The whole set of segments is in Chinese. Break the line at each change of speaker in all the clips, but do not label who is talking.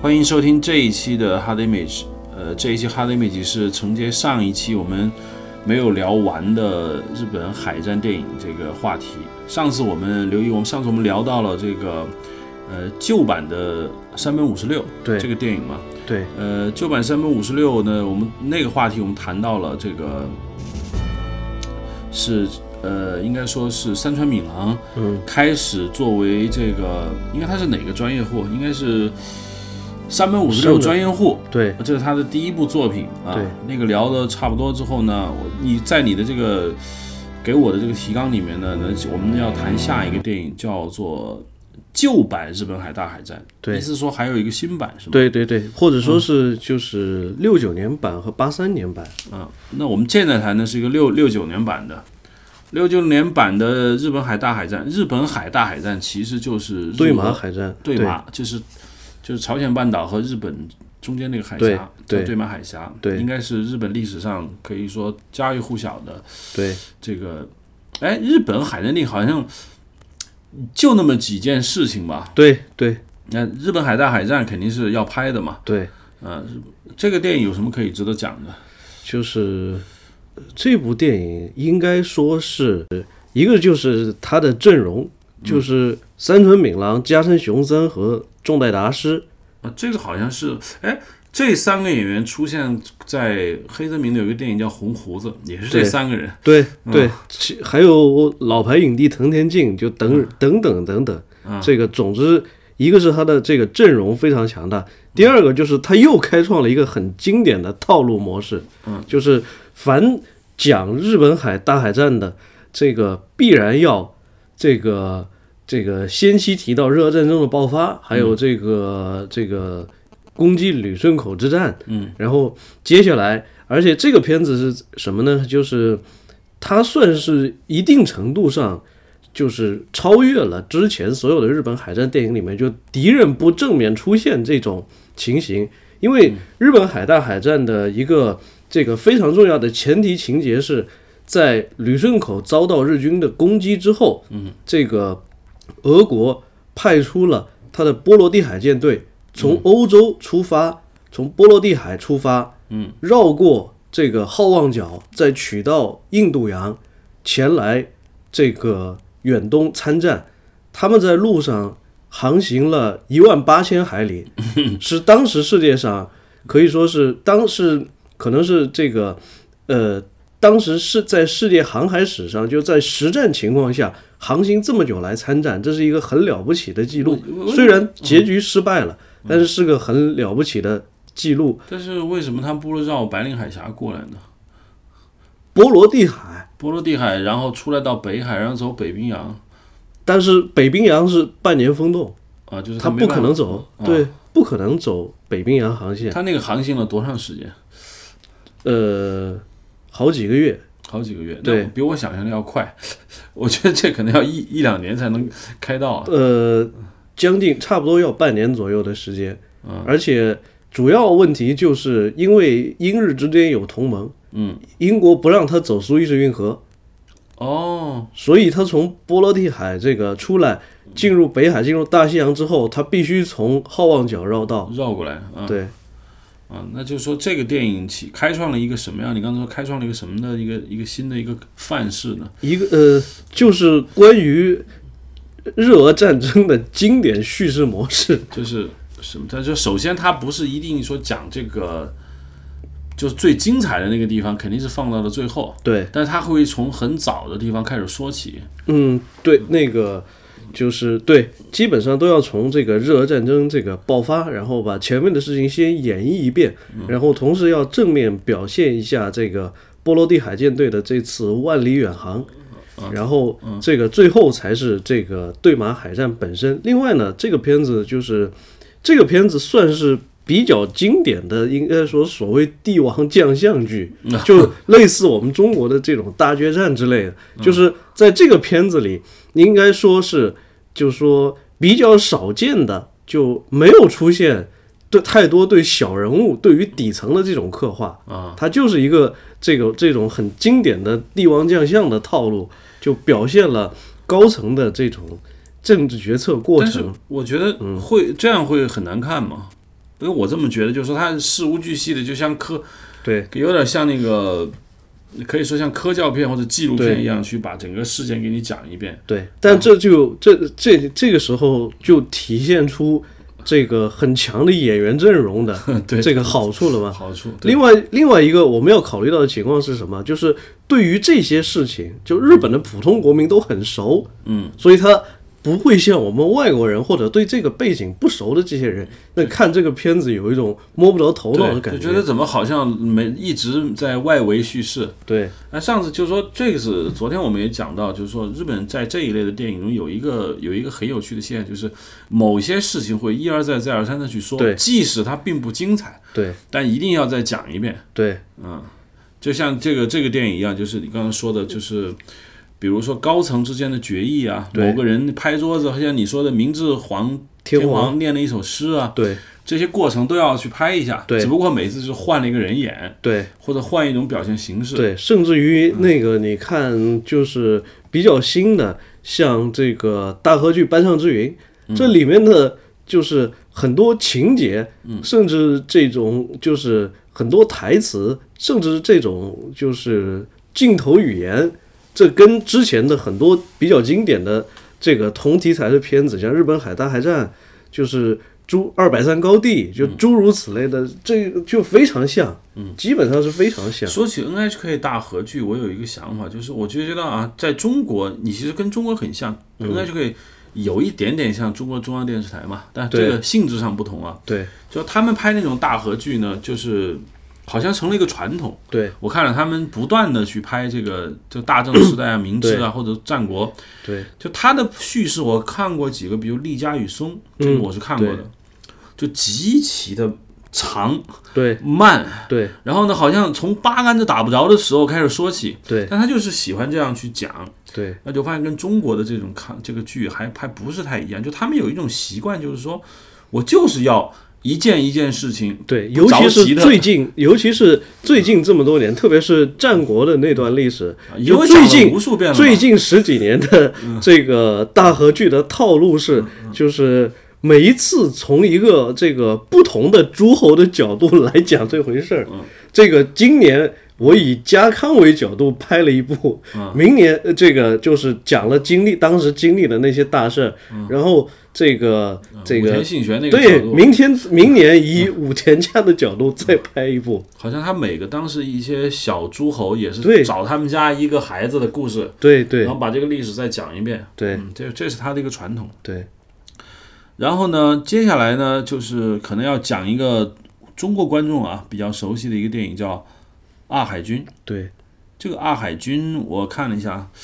欢迎收听这一期的 Hard Image。呃，这一期 Hard Image 是承接上一期我们没有聊完的日本海战电影这个话题。上次我们留意，我们上次我们聊到了这个呃旧版的山本五十六
对
这个电影嘛，
对，
呃，旧版山本五十六呢，我们那个话题我们谈到了这个是呃，应该说是山川敏郎
嗯，
开始作为这个，应该他是哪个专业户？应该是山本五十
山
六
本
专业户，
对，
这是他的第一部作品啊。
对，
那个聊的差不多之后呢，我你在你的这个给我的这个提纲里面呢，呢我们要谈下一个电影叫做旧版日本海大海战，
对
意思说还有一个新版是吗？
对对对，或者
嗯
说是就是六九年版和八三年版，
啊，那我们现在谈的是一个六六九年版的，六九年版的日本海大海战。日本海大海战其实就是日
对马
俄
海战，
对马，就是就是朝鲜半岛和日本中间那个海
对
峡，
对
叫对马海峡，
对
应该是日本历史上可以说家喻户晓的
对
这个。哎，日本海战令好像就那么几件事情吧。
对对
那日本海大海战肯定是要拍的嘛。
对，
这个电影有什么可以值得讲的？
就是呃这部电影应该说是一个就是它的阵容，
嗯
就是三村敏郎、加藤雄三和重代达师，
啊，这个好像是，哎，这三个演员出现在黑泽明的有一个电影叫《红胡子》，也是这
对
三个人。
对对，其还有老牌影帝藤田靖，就等、等等等等，这个总之，一个是他的这个阵容非常强大，第二个就是他又开创了一个很经典的套路模式，嗯，就是凡讲日本海大海战的，这个必然要这个这个先期提到日俄战争的爆发，还有这个、这个攻击旅顺口之战，嗯，然后接下来，而且这个片子是什么呢？就是它算是一定程度上。就是超越了之前所有的日本海战电影里面，就敌人不正面出现这种情形，因为日本海大海战的一个这个非常重要的前提情节是在旅顺口遭到日军的攻击之后，嗯，这个俄国派出了他的波罗的海舰队，从欧洲出发，从波罗的海出发，嗯，绕过这个好望角，再取到印度洋，前来这个远东参战。他们在路上航行了一万八千海里，是当时世界上可以说是当时可能是这个呃。当时是在世界航海史上，就在实战情况下航行这么久来参战，这是一个很了不起的记录。虽然结局失败了，但是是个很了不起的记录。
但是为什么他不绕白令海峡过来呢？
波罗的海，
波罗的海，然后出来到北海，然后走北冰洋
但是北冰洋是半年风洞，
啊，就是
它
没
不
办
可
法啊
能走，对，不可能走北冰洋航线。
他那个航行了多长时间？
呃，好几个月，
好几个月，那
对
我比我想象的要快。 我觉得这可能要一一两年才能开到啊。
呃，将近差不多要半年左右的时间。
嗯
而且主要问题就是因为英日之间有同盟，
嗯，
英国不让他走苏伊士运河，
哦，
所以他从波罗的海这个出来，进入北海、进入大西洋之后，他必须从好望角绕道。
绕过来啊
对，
啊，那就是说这个电影起开创了一个什么样？你刚才说开创了一个什么的一个一个新的一个范式呢？
一个呃，就是关于日俄战争的经典叙事模式。
就是什么？他就首先，他不是一定说讲这个，就是最精彩的那个地方，肯定是放到了最后。
对，
但是他会从很早的地方开始说起。
嗯，对，那个就是对，基本上都要从这个日俄战争这个爆发，然后把前面的事情先演绎一遍，然后同时要正面表现一下这个波罗的海舰队的这次万里远航。然后这个最后才是这个对马海战本身。另外呢，这个片子就是这个片子算是比较经典的，应该说所谓帝王将 相剧，就类似我们中国的这种大决战之类的。
嗯
就是在这个片子里，应该说是就说比较少见的，就没有出现。对太多对小人物、对于底层的这种刻画
啊，
它就是一个这个这种很经典的帝王将相的套路，就表现了高层的这种政治决策过
但是
程。嗯
我觉得会、这样会很难看吗？因为我这么觉得，就是说它事无巨细的，就像科
对
有点像那个，可以说像科教片或者纪录片
对
一样，去把整个事件给你讲一遍。
对，但这就这这这个时候就体现出这个很强的演员阵容的
对
这个好处了吧？
好处，对
另外，另外一个我们要考虑到的情况是什么？就是对于这些事情，就日本的普通国民都很熟，
嗯，
所以他不会像我们外国人或者对这个背景不熟的这些人，那看这个片子有一种摸不着头脑的
对，就
感
觉得
觉。
怎么好像没一直在外围叙事。
对
那上次就是说，这个是昨天我们也讲到，就是说日本在这一类的电影中有一个有一个很有趣的现象，就是某些事情会一而再再而三的去说，
对
即使它并不精彩，
对
但一定要再讲一遍。
对
就像这个这个电影一样，就是你刚刚说的，就是比如说高层之间的决议啊，
对
某个人拍桌子，像你说的明治皇
天皇
皇念了一首诗啊，
对
这些过程都要去拍一下。
对
只不过每次是换了一个人演，
对
或者换一种表现形式。
对，甚至于那个你看，就是比较新的，像这个大河剧《班上之云》，这里面的就是很多情节，甚至这种就是很多台词，甚至这种就是镜头语言，这跟之前的很多比较经典的这个同题材的片子，像《日本海大海战》，就是诸二百三高地，就诸如此类的，这个就非常像，基本上是啊非常像。
说起 NHK 大合剧，我有一个想法，就是我觉得啊，在中国，你其实跟中国很像、NHK
嗯
有一点点像中国中央电视台嘛，但这
对
个性质上不同啊。
对
就他们拍那种大合剧呢，就是好像成了一个传统。
对
我看了他们不断的去拍这个，就大正时代啊、明治啊或者战国，
对
就他的叙事我看过几个，比如《丽家与松》，这
嗯
个我是看过的，就极其的长
对
慢，
对
然后呢，好像从八竿子打不着的时候开始说起，
对
但他就是喜欢这样去讲，
对
那就发现跟中国的这种看这个剧还还不是太一样，就他们有一种习惯，就是说我就是要一件一件事情
对，尤
着
其
急
是
的
最近，尤其是最近这么多年，特别是战国的那段历史，
啊因
就
为
最
讲了
近
无数遍了嘛，
最近十几年的这个大合剧的套路是，
嗯
就是每一次从一个这个不同的诸侯的角度来讲这回事儿。
嗯
这个今年我以家康为角度拍了一部，
嗯
明年呃这个就是讲了经历当时经历的那些大事儿，
嗯
然后这个这
啊武
个
田信玄嗯那个角
对，
度，
明天明年以武田家的角度再拍一部，
好像他每个当时一些小诸侯也是
对
找他们家一个孩子的故事，
对对
然后把这个历史再讲一遍，
对
嗯，这这是他的一个传统。
对
然后呢，接下来呢，就是可能要讲一个中国观众啊比较熟悉的一个电影，叫《二海军》。
对，
这个《二海军》，我看了一下，《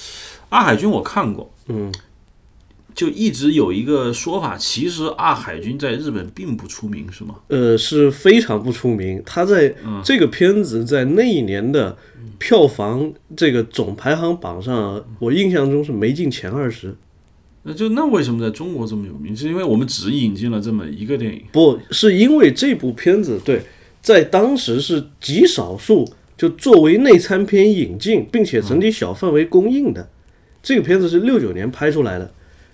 二海军》我看过，
嗯，
就一直有一个说法，其实《二海军》在日本并不出名，是吗？
呃是非常不出名，他在这个片子在那一年的票房这个总排行榜上，我印象中是没进前二十，
那就那为什么在中国这么有名？是因为我们只引进了这么一个电影，
不是因为这部片子对在当时是极少数就作为内参片引进，并且曾经小范围公映的。这个片子是六九年拍出来的，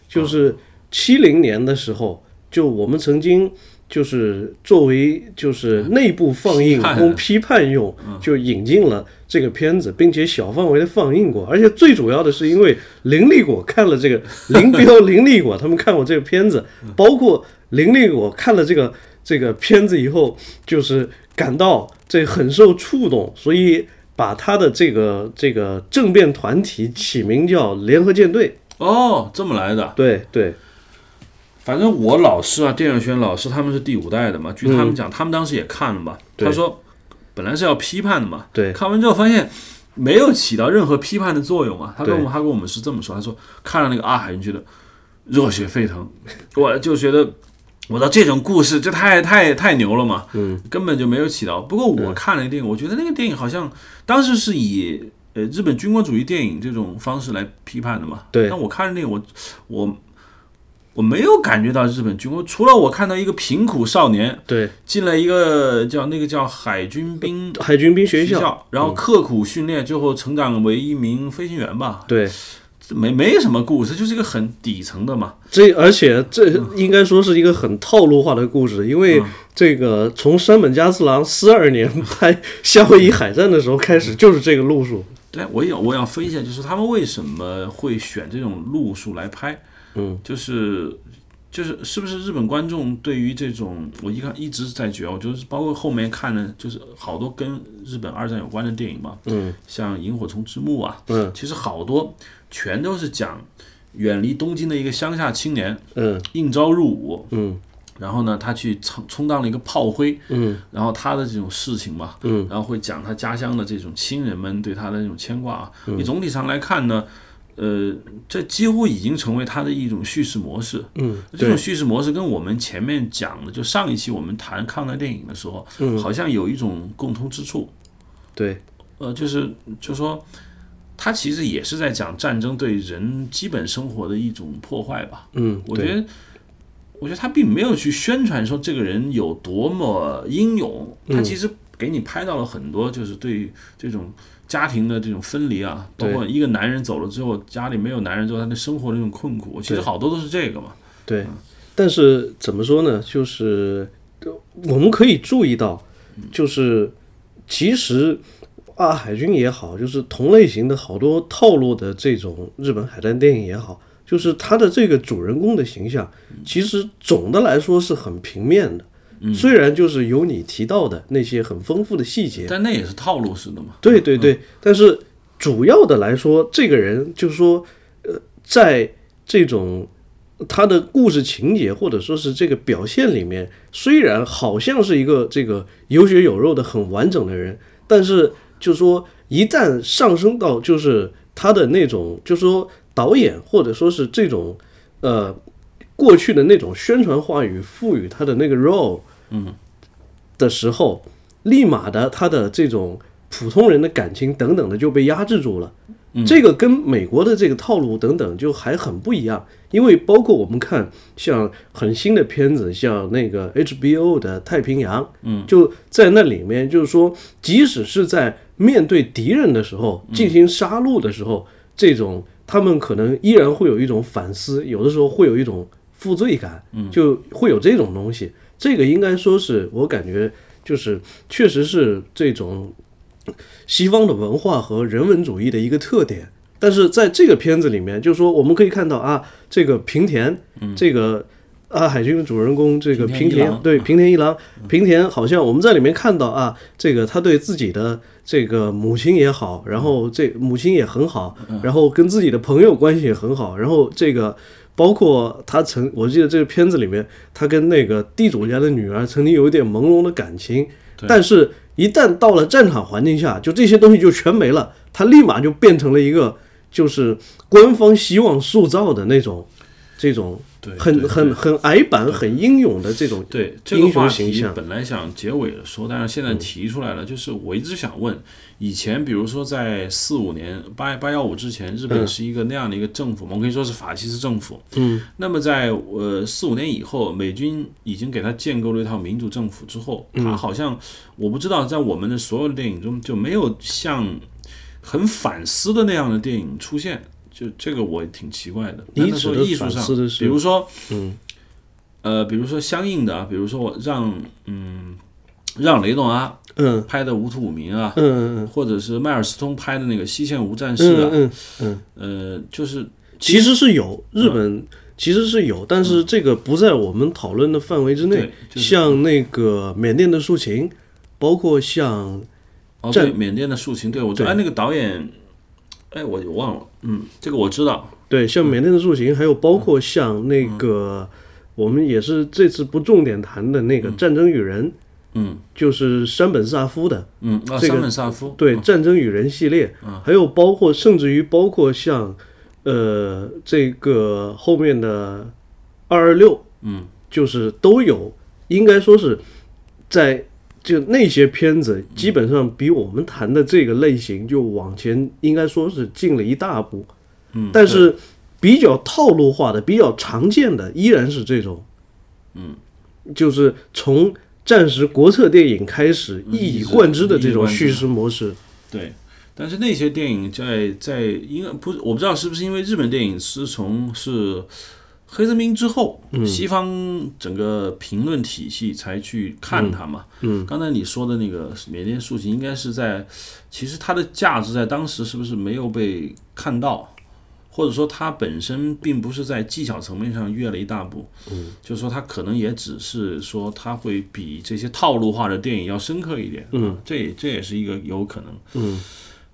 就是七零年的时候，就我们曾经就是作为就是内部放映
批判
供批判用，就引进了这个片子，并且小范围的放映过。而且最主要的是，因为林立果看了这个林彪、林立果他们看过这个片子，包括林立果看了这个这个片子以后，就是感到这很受触动，所以。把他的这个这个政变团体起名叫联合舰队，
哦，这么来的。
对对
反正我老师啊，电影学院老师他们是第五代的嘛，据他们讲，他们当时也看了嘛，
嗯对
他说本来是要批判的嘛，
对
看完之后发现没有起到任何批判的作用啊。他跟我们
对
他跟我们是这么说，他说看了那个阿海，觉得热血沸腾，我就觉得。我到这种故事，这太太太牛了嘛，嗯，根本就没有起到。不过我看了那个电影，我觉得那个电影好像当时是以呃日本军国主义电影这种方式来批判的嘛，
对
但我看了那个，我我我没有感觉到日本军国，除了我看到一个贫苦少年
对，
进了一个叫那个叫海军兵
海军兵学
学
校，嗯
校，然后刻苦训练，最后成长为一名飞行员吧。
对
没没什么故事，就是一个很底层的嘛。
这而且这应该说是一个很套路化的故事，因为这个从山本家次郎四二年拍夏威夷海战的时候开始就是这个路数。
对，哎我也我想分一下，就是他们为什么会选这种路数来拍？
嗯，
就是就是是不是日本观众对于这种，我一看一直在觉得，我就是包括后面看的，就是好多跟日本二战有关的电影嘛，
嗯，
像《萤火虫之墓》啊，
嗯，
其实好多全都是讲远离东京的一个乡下青年
嗯
应招入伍，
嗯
然后呢，他去充充当了一个炮灰，
嗯
然后他的这种事情嘛，
嗯，
然后会讲他家乡的这种亲人们对他的那种牵挂啊。
嗯
你总体上来看呢，呃，这几乎已经成为他的一种叙事模式。
嗯，
这种
对，
叙事模式跟我们前面讲的，就上一期我们谈抗战电影的时候，
嗯
好像有一种共通之处，
对，
呃，就是就说，他其实也是在讲战争对人基本生活的一种破坏吧。
嗯，
我
对
觉得，我觉得他并没有去宣传说这个人有多么英勇，
嗯
他其实给你拍到了很多，就是对这种家庭的这种分离啊，包
对
括一个男人走了之后，家里没有男人之后，他的生活的那种困苦，其实
对
好多都是这个嘛。
对，但是怎么说呢？就是呃我们可以注意到，就是其实啊，海军也好，就是同类型的好多套路的这种日本海战电影也好，就是它的这个主人公的形象，其实总的来说是很平面的。虽然就是有你提到的那些很丰富的细节，
但那也是套路式的嗯嘛。
对对对，但是主要的来说，这个人就是说，呃，在这种他的故事情节或者说是这个表现里面，虽然好像是一个这个有血有肉的很完整的人，但是就说一旦上升到就是他的那种，就说导演或者说是这种呃过去的那种宣传话语赋予他的那个 role，
嗯，
的时候，立马的他的这种普通人的感情等等的就被压制住了。
嗯
这个跟美国的这个套路等等就还很不一样，因为包括我们看像很新的片子，像那个 HBO 的《太平洋》，
嗯，
就在那里面，就是说，即使是在面对敌人的时候，
嗯
进行杀戮的时候，这种他们可能依然会有一种反思，有的时候会有一种负罪感，嗯，就会有这种东西。这个应该说是我感觉就是确实是这种西方的文化和人文主义的一个特点。但是在这个片子里面，就是说我们可以看到啊，这个平田，这个啊海军的主人公这个
嗯平
平
田一
田
郎，啊
对平田一郎，平田好像我们在里面看到啊，这个他对自己的这个母亲也好，然后这母亲也很好，
嗯
然后跟自己的朋友关系也很好，然后这个包括他曾，我记得这个片子里面，他跟那个地主家的女儿曾经有一点朦胧的感情，但是一旦到了战场环境下，就这些东西就全没了，他立马就变成了一个就是官方希望塑造的那种这种
对，对
很
对
很很矮板、很英勇的这种
对这个
英
话
雄形
题
象。嗯
本来想结尾了说，但是现在提出来了，就是我一直想问，以前比如说在四五年八八幺五之前，日本是一个那样的一个政府，我们可以说是法西斯政府。
嗯，
那么在呃四五年以后，美军已经给他建构了一套民主政府之后，
嗯
他好像我不知道在我们的所有的电影中就没有像很反思的那样的电影出现。就这个我也挺奇怪的，
你
那
指
说
的
艺术
反
上
思的，是
比如说，
嗯，
呃，比如说相应的啊，比如说我让嗯让雷诺阿
嗯
拍的《无土五民》啊，
嗯嗯
或者是迈尔斯通拍的那个《西线无战事》
嗯
啊，
嗯，
呃，就是
其实是有
嗯
日本其实是有，但是这个不在我们讨论的范围之内
嗯对。就是
像那个缅甸的竖琴，包括像
哦
战
对，缅甸的竖琴，对我觉得哎那个导演，哎我我忘了，嗯，这个我知道，
对，像
嗯
缅甸的塑形，还有包括像那个、我们也是这次不重点谈的那个《战争与人》
嗯
就是山本萨夫的
嗯，啊，
这个
山本萨夫，嗯
对《战争与人》系列，还有包括甚至于包括像呃这个后面的二二六，
嗯，
就是都有，应该说是在就那些片子
嗯
基本上比我们谈的这个类型就往前，应该说是进了一大步。
嗯，
但是比较套路化的、比较常见的依然是这种，嗯，就是从战时国策电影开始一以贯之的这种叙事模式。
对，但是那些电影在在应该不，我不知道是不是因为日本电影是从是黑泽明之后，
嗯
西方整个评论体系才去看它嘛。
嗯，
刚才你说的那个缅甸竖琴，应该是在其实它的价值在当时是不是没有被看到，或者说它本身并不是在技巧层面上越了一大步。嗯，就是说它可能也只是说它会比这些套路化的电影要深刻一点。
嗯
啊，这也这也是一个有可能。
嗯，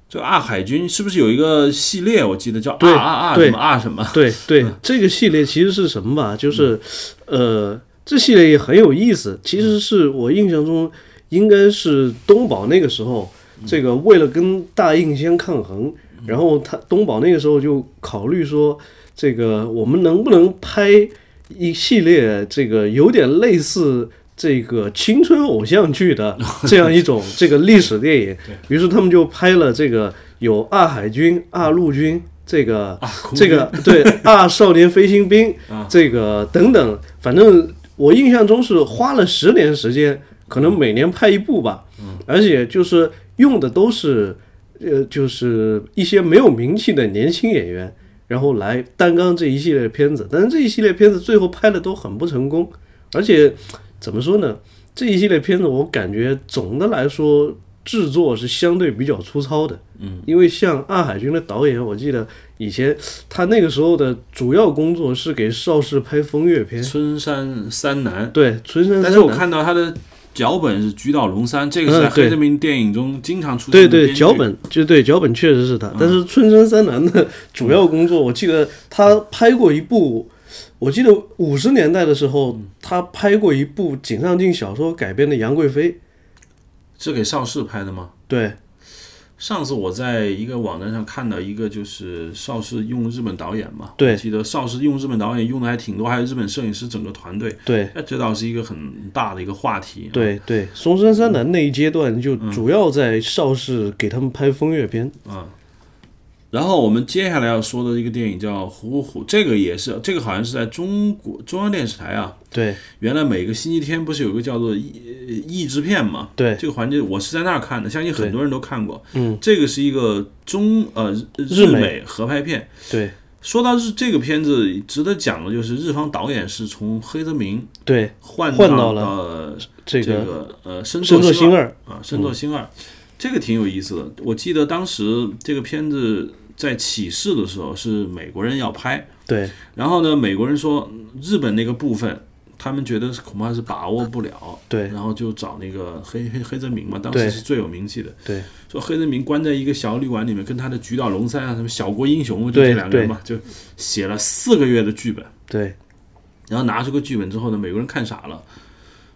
就阿海军是不是有一个系列？我记得叫啊
对
啊啊
对
什么啊什么？
对对，这个系列其实是什么吧？就是，呃，这系列也很有意思。其实是我印象中，应该是东宝那个时候，这个为了跟大印相抗衡，然后他东宝那个时候就考虑说，这个我们能不能拍一系列这个有点类似。这个青春偶像剧的这样 一种这个历史电影，于是他们就拍了这个有二海军、二陆军这个
啊，空
这个对啊，少年飞行兵
啊，
这个等等，反正我印象中是花了十年时间，可能每年拍一部吧，嗯而且就是用的都是呃，就是一些没有名气的年轻演员，然后来担纲这一系列的片子，但是这一系列片子最后拍的都很不成功，而且怎么说呢，这一系列片子我感觉总的来说。制作是相对比较粗糙的，嗯，因为像《二海军》的导演，我记得以前他那个时候的主要工作是给邵氏拍风月片，
春山三男，
对，纯山
哎
三
但是我
男
看到他的脚本是菊岛龙三，这个是
嗯
在黑
对
泽明电影中经常出现
对
的
对，
编剧嗯
脚本就对脚本确实是他，但是春山三男的主要工作，我记得他拍过一部，我记得五十年代的时候，
嗯
他拍过一部井上靖小说改编的《杨贵妃》，
是给邵氏拍的吗？
对，
上次我在一个网站上看到一个，就是邵氏用日本导演嘛，
对
我记得邵氏用日本导演用的还挺多，还有日本摄影师整个团队，
对。
那这倒是一个很大的一个话题。，
对对，松山三
嗯
男那一阶段就主要在邵氏给他们拍风月片，
然后我们接下来要说的一个电影叫《虎虎》，这个也是，这个好像是在中国中央电视台啊，
对
原来每个星期天不是有个叫做译呃译制片嘛？
对
这个环节我是在那儿看的，相信很多人都看过。
嗯，
这个是一个中呃日
日美
美合拍片。
对
说到日这个片子，值得讲的就是日方导演是从黑泽明
对，
换
换
到
到了
呃
这
这
个
个呃深作
深作
新
新
二
二嗯
啊深作新二，这个挺有意思的。我记得当时这个片子在起势的时候是美国人要拍，
对
然后呢，美国人说嗯日本那个部分，他们觉得是恐怕是把握不了，
对
然后就找那个黑黑黑泽明嘛，当
对
时是最有名气的，
对
说黑泽明关在一个小旅馆里面，跟他的菊岛龙三啊，什么小国英雄，就这两个人嘛，就写了四个月的剧本，
对
然后拿出个剧本之后呢，美国人看傻了，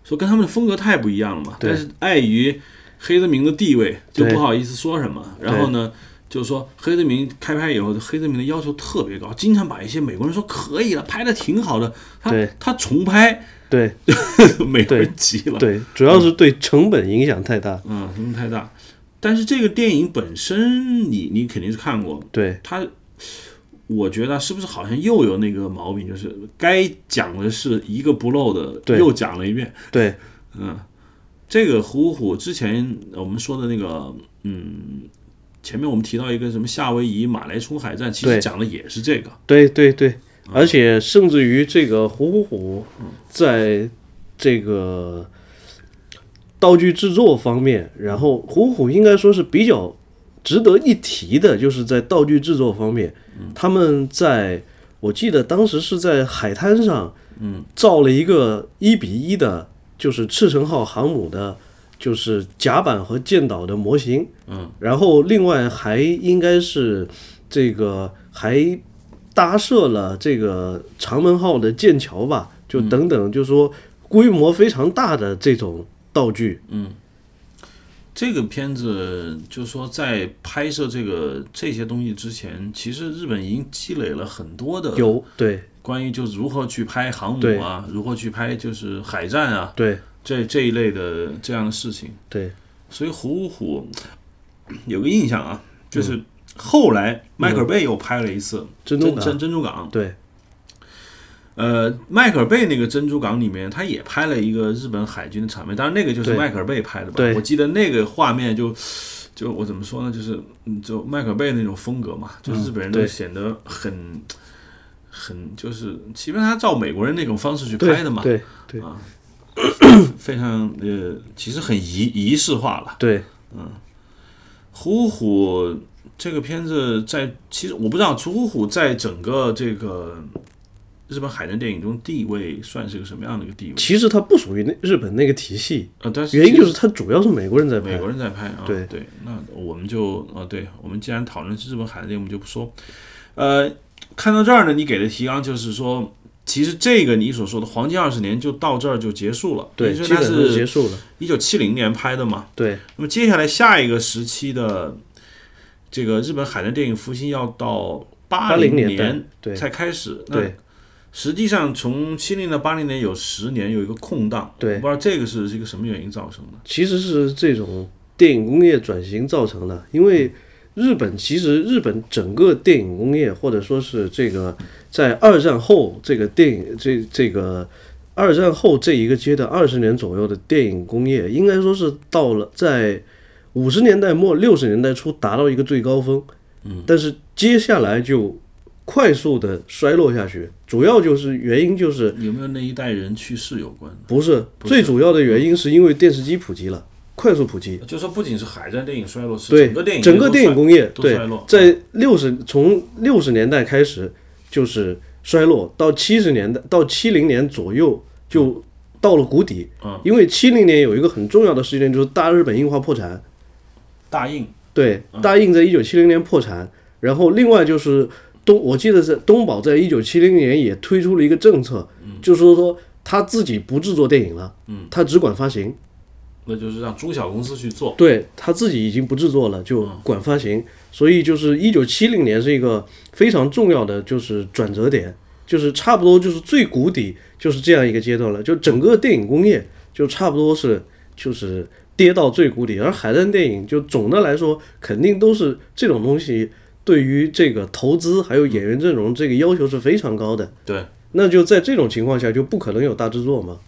说跟他们的风格太不一样了嘛，
对
但是碍于黑泽明的地位，就
对
不好意思说什么，然后呢。就是说，黑泽明开拍以后，黑泽明的要求特别高，经常把一些美国人说可以了，拍的挺好的，他
对
他重拍，
对
美国人急了，
对，主要是对成本影响太大，
嗯，什么太大。但是这个电影本身你，你肯定是看过，
对
他，我觉得是不是好像又有那个毛病，就是该讲的是一个不漏的，
对
又讲了一遍。
对
这个虎虎之前呃我们说的那个，嗯，前面我们提到一个什么夏威夷马来冲海战，其实
对
讲的也是这个。
对对对，而且甚至于这个虎虎虎在这个道具制作方面，然后虎虎应该说是比较值得一提的，就是在道具制作方面，他们在我记得当时是在海滩上，嗯，造了一个一比一的，就是赤城号航母的。就是甲板和舰岛的模型，嗯，然后另外还应该是这个还搭设了这个长门号的剑桥吧，就等等，就说规模非常大的这种道具，
这个片子就是说，在拍摄这个这些东西之前，其实日本已经积累了很多的
有对
关于就是如何去拍航
对
母啊，如何去拍就是海战啊，
对
这这一类的这样的事情。
对
所以虎虎虎有个印象啊，就是后来迈克尔贝又拍了一次
嗯珍珠
珍
港
珍珍珠港，
啊对
呃，迈克尔贝那个珍珠港里面，他也拍了一个日本海军的场面，当然那个就是
对
迈克尔贝拍的吧
对？
我记得那个画面就就我怎么说呢，就是嗯，就麦可贝那种风格嘛，就日本人都
嗯对
显得很、很就是，其实他照美国人那种方式去拍的嘛，
对对
啊，非常呃，其实很仪仪式化了。
对，
虎虎这个片子在其实我不知道，楚虎虎在整个这个日本海战电影中地位算是个什么样的一个地位
其实它不属于那日本那个体系，
啊？但是
原因就是它主要是美国人在
美
拍
国。人在拍啊，
对
对，那我们就啊，对，我们既然讨论日本海战电影，我们就不说。呃，看到这儿呢，你给的提纲就是说，其实这个你所说的黄金二十年就到这儿就结束了，
对，
因为
基
它
本上是结
是
束了。
一九七零年拍的嘛，
对，
那么接下来下一个时期的这个日本海战电影复兴要到八
零
年
代，对
才开始。那
对
实际上从七零到八零年有十年有一个空档，
对
我不知道这个是是一个什么原因造成的。
其实是这种电影工业转型造成的，因为日本其实日本整个电影工业或者说是这个在二战后这个电影这这个二战后这一个阶段二十年左右的电影工业，应该说是到了在五十年代末六十年代初达到一个最高峰，嗯，但是接下来就快速的衰落下去，主要就是原因就是
有没有那一代人去世有关的？
不是最主要的原因是因为电视机普及了，快速普及，
呃就说不仅是海战电影衰落，是
对，
整个电影
整个电影工业
都衰
对
都衰落，
在六十从六十年代开始就是衰落，到七十年代到七零年左右就到了谷底。
嗯
因为七零年有一个很重要的事件就是大日本映画破产，
大印
对，
嗯
大映在一九七零年破产，然后另外就是东，我记得是东宝在一九七零年也推出了一个政策，
嗯
就是说他自己不制作电影了，他只管发行。
那就是让中小公司去做，嗯
对他自己已经不制作了，就管发行。所以就是一九七零年是一个非常重要的就是转折点，就是差不多就是最谷底就是这样一个阶段了，就整个电影工业就差不多是就是跌到最谷底，而海战电影就总的来说肯定都是这种东西。对于这个投资还有演员阵容，这个要求是非常高的。
对。
那就在这种情况下，就不可能有大制作嘛。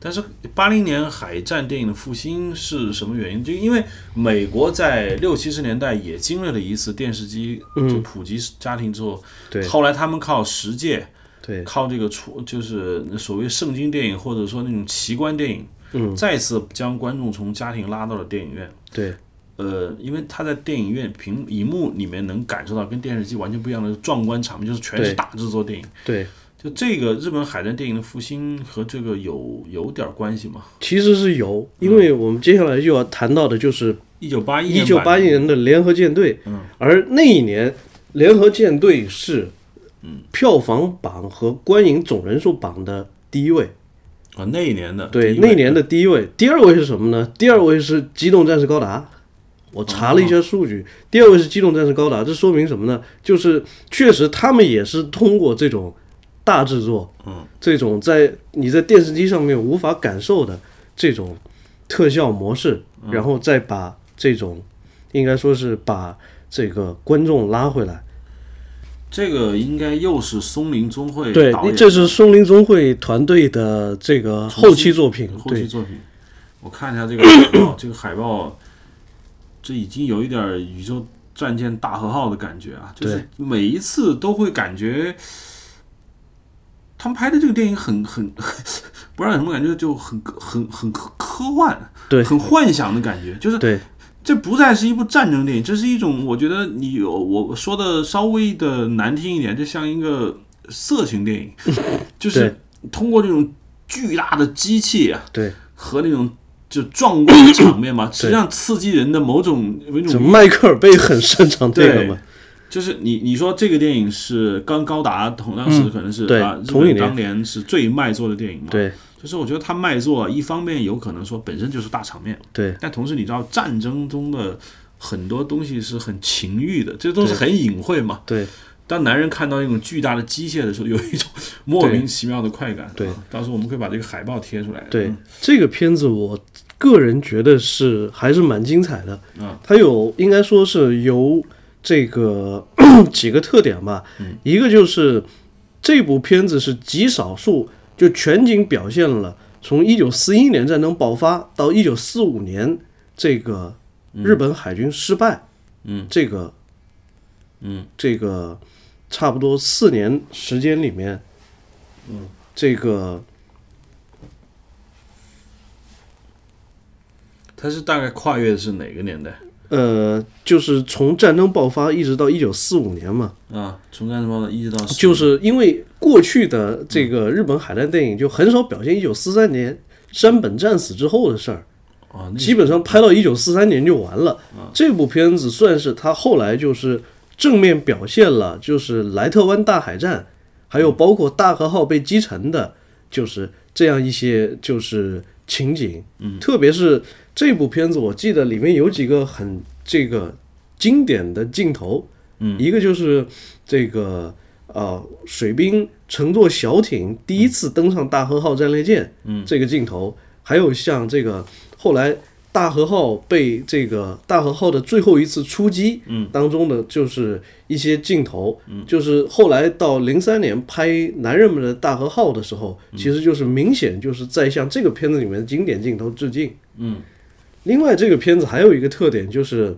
但是八零年海战电影的复兴是什么原因？就因为美国在六七十年代也经历了一次电视机就普及家庭之后，
嗯对
后来他们靠实践，
对
靠这个出就是所谓圣经电影或者说那种奇观电影，嗯，再次将观众从家庭拉到了电影院。
对
呃，因为他在电影院屏荧幕里面能感受到跟电视机完全不一样的壮观场面，就是全是
对
大制作电影。
对，
就这个日本海战电影的复兴和这个有有点关系吗？
其实是有，因为我们接下来就要谈到的就是
一九八一
一九八一年的联合舰队，
嗯
而那一年联合舰队是票房榜和观影总人数榜的第一位，
啊，那一年的
对，
第一
那
位嗯
年的第一位，第二位是什么呢？第二位是《机动战士高达》，我查了一
哦
下数据，第二位是《机动战士高达》，这说明什么呢？就是确实他们也是通过这种大制作，
嗯，
这种在你在电视机上面无法感受的这种特效模式，
嗯
然后再把这种应该说是把这个观众拉回来。
这个应该又是松林宗会
对
导，演
这是松林宗会团队的这个后期作品，
后
对
期作品。我看一下这个海报， 这个海报，这已经有一点儿宇宙战舰大和号的感觉啊！就是每一次都会感觉，他们拍的这个电影很很， 不知道有什么感觉，就很很很科科幻，
对
很幻想的感觉，就是
对
这不再是一部战争电影，这是一种我觉得你有我说的稍微的难听一点，就像一个色情电影， 就是通过这种巨大的机器啊
对，
和那种就壮观的场面嘛，实际上刺激人的某种某
这
种，
迈克尔贝很擅长这个嘛。
就是你你说这个电影是刚高达同当时可能是、
嗯对
啊，日
同一
本
年
当年是最卖座的电影嘛，
对
就是我觉得它卖座，一方面有可能说本身就是大场面。
对
但同时你知道，战争中的很多东西是很情欲的，这都是很隐晦嘛。
对
当男人看到那种巨大的机械的时候，有一种莫名其妙的快感。
对
啊到时候我们会把这个海报贴出来。
对，这个片子我个人觉得是还是蛮精彩的。
嗯
它有应该说是由这个 几个特点吧，
嗯
一个就是这部片子是极少数就全景表现了从一九四一年战争爆发到一九四五年这个日本海军失败，
嗯，
这个，
嗯，
这个差不多四年时间里面，嗯，这个
它是大概跨越的是哪个年代
呃，就是从战争爆发一直到一九四五年嘛，
啊？从战争爆发一直到15
就是因为过去的这个日本海战电影就很少表现一九四三年山本战死之后的事儿，
啊，那
基本上拍到一九四三年就完了。这部片子算是他后来就是正面表现了，就是莱特湾大海战，还有包括大和号被击沉的，就是这样一些就是情景。嗯，特别是这部片子，我记得里面有几个很这个经典的镜头。嗯，一个就是这个。呃，水兵乘坐小艇第一次登上大和号战列舰，嗯，这个镜头，还有像这个后来大和号被这个大和号的最后一次出击，嗯，当中的就是一些镜头，嗯，就是后来到零三年拍《男人们的大和号》的时候，其实就是明显就是在向这个片子里面的经典镜头致敬，
嗯，
另外这个片子还有一个特点就是，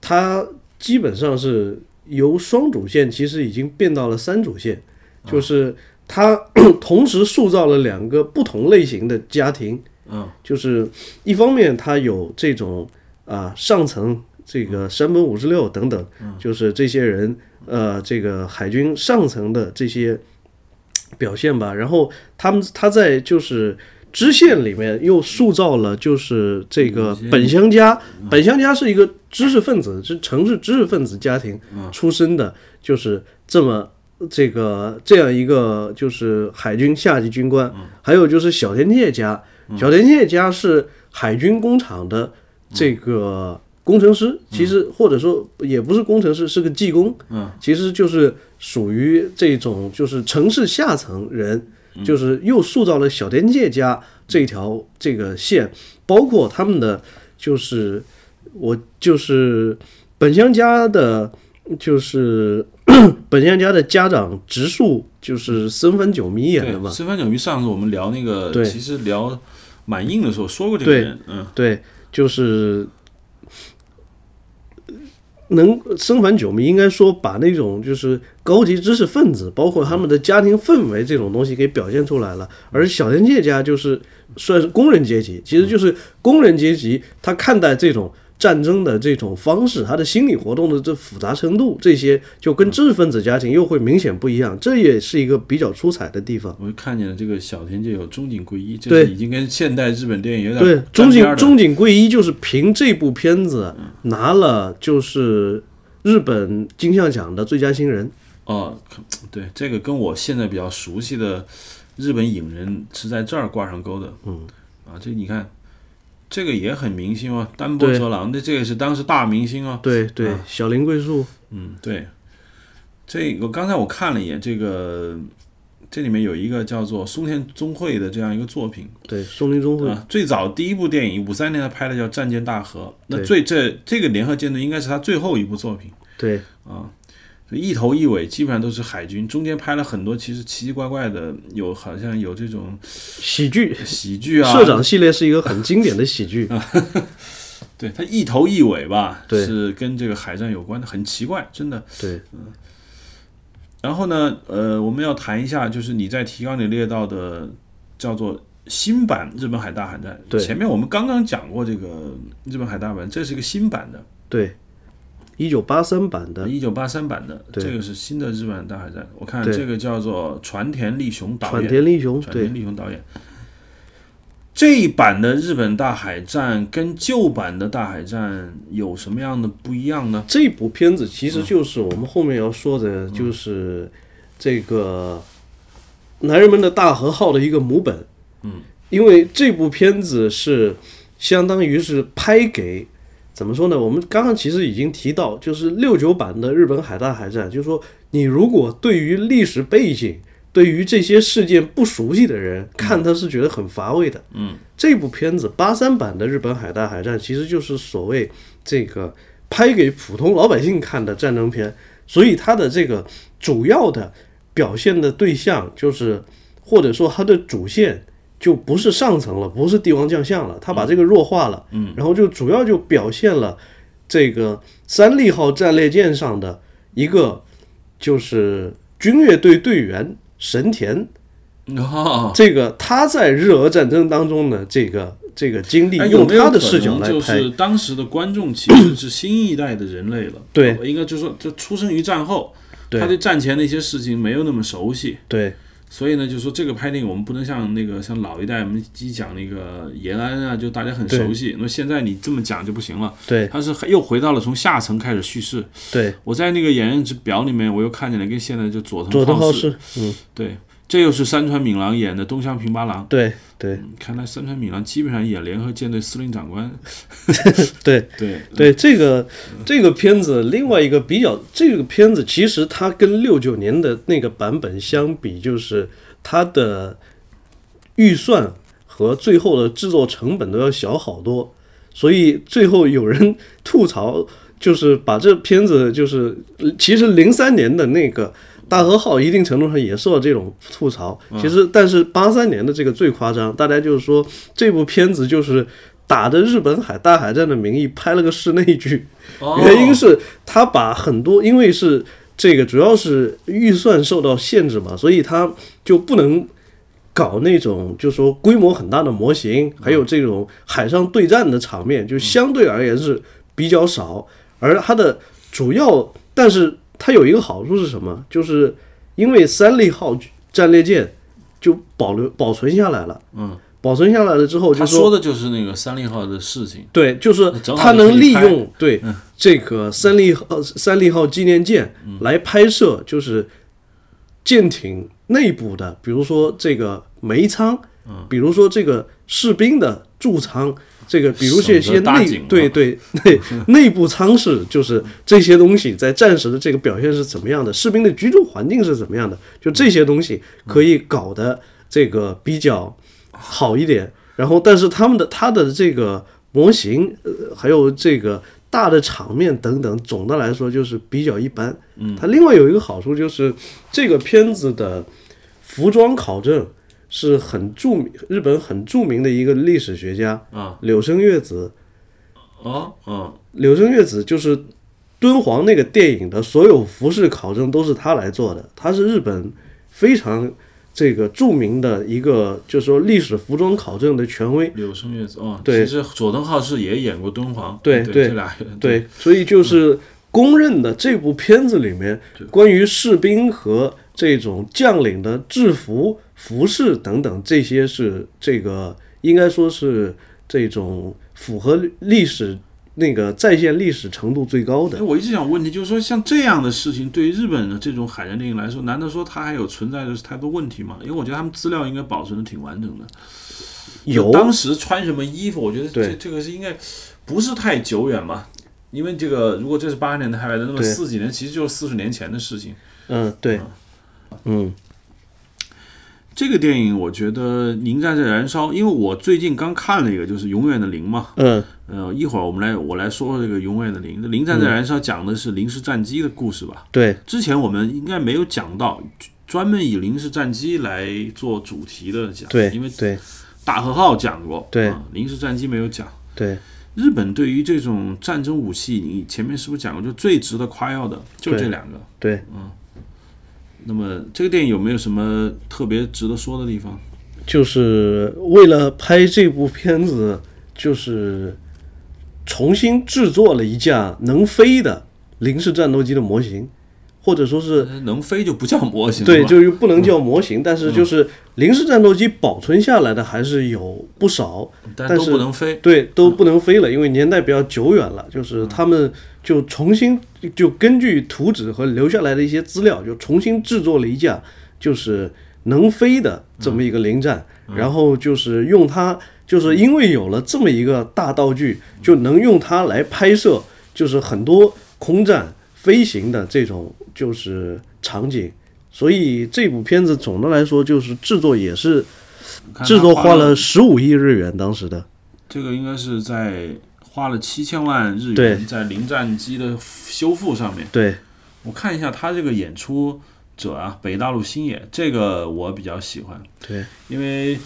它基本上是由双主线其实已经变到了三主线，就是它 同时塑造了两个不同类型的家庭。
嗯
就是一方面它有这种啊、上层这个山本五十六等等，就是这些人呃这个海军上层的这些表现吧，然后他们他在就是。支线里面又塑造了，就是这个本乡家。本乡家是一个知识分子，是城市知识分子家庭出身的，就是这么这个这样一个就是海军下级军官。
嗯
还有就是小田切家，小田切家是海军工厂的这个工程师，其实或者说也不是工程师，是个技工，
嗯，
其实就是属于这种就是城市下层人，
嗯
就是又塑造了小田切家这条这个线，包括他们的就是我就是本乡家的，就是 本乡家的家长直树就是森番久弥演的嘛
嗯对，，森番久弥上次我们聊那个，
对
其实聊满印的时候说过这个人，嗯
对，就是呃能生反久，我们应该说把那种就是高级知识分子，包括他们的家庭氛围这种东西给表现出来了。而小田切家就是算是工人阶级，其实就是工人阶级他看待这种。战争的这种方式，他的心理活动的这复杂程度，这些就跟知识分子家庭又会明显不一样，这也是一个比较出彩的地方。
我就看见了这个小田界有中井贵一，这
对
是已经跟现代日本电影有点
对，
沾
中
边儿
井
的
中井贵一就是凭这部片子拿了就是日本金像奖的最佳新人。
哦，可对，这个跟我现在比较熟悉的日本影人是在这儿挂上钩的。
嗯，
啊，这你看，这个也很明星哦，丹波
对
哲郎的这个是当时大明星哦。
对对，小林贵树。
嗯，对，这个刚才我看了一眼，这个这里面有一个叫做松田宗惠的这样一个作品。
对，松林中会。
啊，最早第一部电影五三年他拍的叫《战舰大河》，那
对
最这这个联合舰队应该是他最后一部作品，
对
一头一尾基本上都是海军，中间拍了很多其实奇奇怪怪的，有好像有这种
喜剧
喜剧啊，
社长系列是一个很经典的喜剧。
对他一头一尾吧，
对
是跟这个海战有关的，很奇怪，真的。
对
然后呢，呃，我们要谈一下，就是你在提纲里列到的叫做新版日本海大海战，
对
前面我们刚刚讲过这个日本海大版，这是一个新版的。
对，一九八三版的
一九八三版的，
对
这个是新的日本大海战。我看
对
这个叫做船田利雄导
川
演，
田利雄。
船
对
田利雄导演。这一版的日本大海战跟旧版的大海战有什么样的不一样呢？ 嗯
这部片子其实就是我们后面要说的，就是这个《男人们的大和号》的一个母本。
嗯，
因为这部片子是相当于是拍给怎么说呢？我们刚刚其实已经提到，就是六九版的日本海大海战，就是说你如果对于历史背景、对于这些事件不熟悉的人，看他是觉得很乏味的。
嗯，
这部片子八三版的日本海大海战其实就是所谓这个拍给普通老百姓看的战争片，所以它的这个主要的表现的对象就是，或者说它的主线就不是上层了，不是帝王将相了，它把这个弱化了，
嗯，
然后就主要就表现了这个三利号战列舰上的一个就是军乐队队员神田，
哦，
这个他在日俄战争当中呢，这个这个经历
哎有
用
没有
他的
可
视角
能
来
就
拍
是，当时的观众其实是新一代的人类了，
对，
应该就是说，就出生于战后，
对
他对战前的一些事情没有那么熟悉，
对
所以呢，就说这个拍电影我们不能像那个像老一代我们一讲那个延安啊，就大家很
对
熟悉，那现在你这么讲就不行了，
对
他是又回到了从下层开始叙事。
对，
我在那个演员之表里面，我又看见了跟现在就佐藤
佐藤浩
浩
市，嗯，
对，这又是山川敏郎演的东乡平八郎。嗯
对对
看来山川敏郎基本上演联合舰队司令长官，
对，
对，
对这个这个片子，另外一个比较，这个片子其实它跟六九年的那个版本相比，就是它的预算和最后的制作成本都要小好多，所以最后有人吐槽，就是把这片子就是，呃其实零三年的那个。大和号一定程度上也受到这种吐槽，其实但是八三年的这个最夸张，大家就是说这部片子就是打着日本海大海战的名义拍了个室内剧，
哦
原因是他把很多因为是这个主要是预算受到限制嘛，所以他就不能搞那种就说规模很大的模型，还有这种海上对战的场面，就相对而言是比较少。而它的主要，但是它有一个好处是什么？就是因为三类号战列舰就保留保存下来了，
嗯，
保存下来了之后就
他
说
说的就是那个三零号的事情。
对，就是
正好
他
就可
能
以
利
拍嗯
用对这个三利号三利号纪念舰
嗯
来拍摄，就是舰艇内部的，比如说这个煤仓，
嗯
比如说这个士兵的驻仓，这个比如这
省
些
得大
内
井了
对对内内部舱室，就是这些东西在战时的这个表现是怎么样的，士兵的居住环境是怎么样的，就这些东西可以搞得这个比较好一点。然后，但是他们的他的这个模型，呃，还有这个大的场面等等，总的来说就是比较一般。嗯，它另外有一个好处就是这个片子的服装考证是很著名，日本很著名的一个历史学家
啊
柳生月子。啊
哦，嗯，
柳生月子就是敦煌那个电影的所有服饰考证都是他来做的，他是日本非常这个著名的一个，就是说历史服装考证的权 威。
柳生月子哦，
对
其实佐藤浩市也演过敦煌，
对
对，
对
这俩人，
对，所以就是公认的这部片子里面，关于士兵和这种将领的制服、服饰等等，这些是这个应该说是这种符合历史那个再现历史程度最高的
哎，。我一直想问题就是说，像这样的事情，对于日本的这种海战电影来说，难道说它还有存在着太多问题吗？因为我觉得他们资料应该保存的挺完整的。
有
就当时穿什么衣服，我觉得这
对
这个是应该不是太久远嘛。因为这个，如果这是八十年代拍的，那么
对
四几年其实就是四十年前的事情。
嗯，对，嗯，
这个电影，我觉得《您在这燃烧》，因为我最近刚看了一个，就是《永远的零》嘛。
嗯，
呃，一会儿我们来我来说说这个《永远的零》。《零战在燃烧》讲的是零式战机的故事吧？
对，
之前我们应该没有讲到，专门以零式战机来做主题的讲，
对，
因为
对，
大和号讲过，
对
啊零式战机没有讲。
对，
日本对于这种战争武器，你前面是不是讲过？就最值得夸耀的就
对
这两个。
对，
那么这个电影有没有什么特别值得说的地方？
就是为了拍这部片子，就是重新制作了一架能飞的零式战斗机的模型，或者说是
能飞就不叫模型了
对，
吧嗯
就是不能叫模型，但是就是零式战斗机保存下来的还是有不少，
但
但
都
是
不能飞。
对，都不能飞了，因为年代比较久远了。就是他们就重新就根据图纸和留下来的一些资料，就重新制作了一架就是能飞的这么一个零战，嗯然后就是用它，就是因为有了这么一个大道具，就能用它来拍摄，就是很多空战飞行的这种就是场景。所以这部片子总的来说就是制作也是
看
制
它
作
花
花了十五亿日元，当时的。
这个应该是在花了七千万日
对
元在零战机的修复上面。
对，
我看一下他这个演出者啊，北大陆星野，这个我比较喜欢，
对，
因为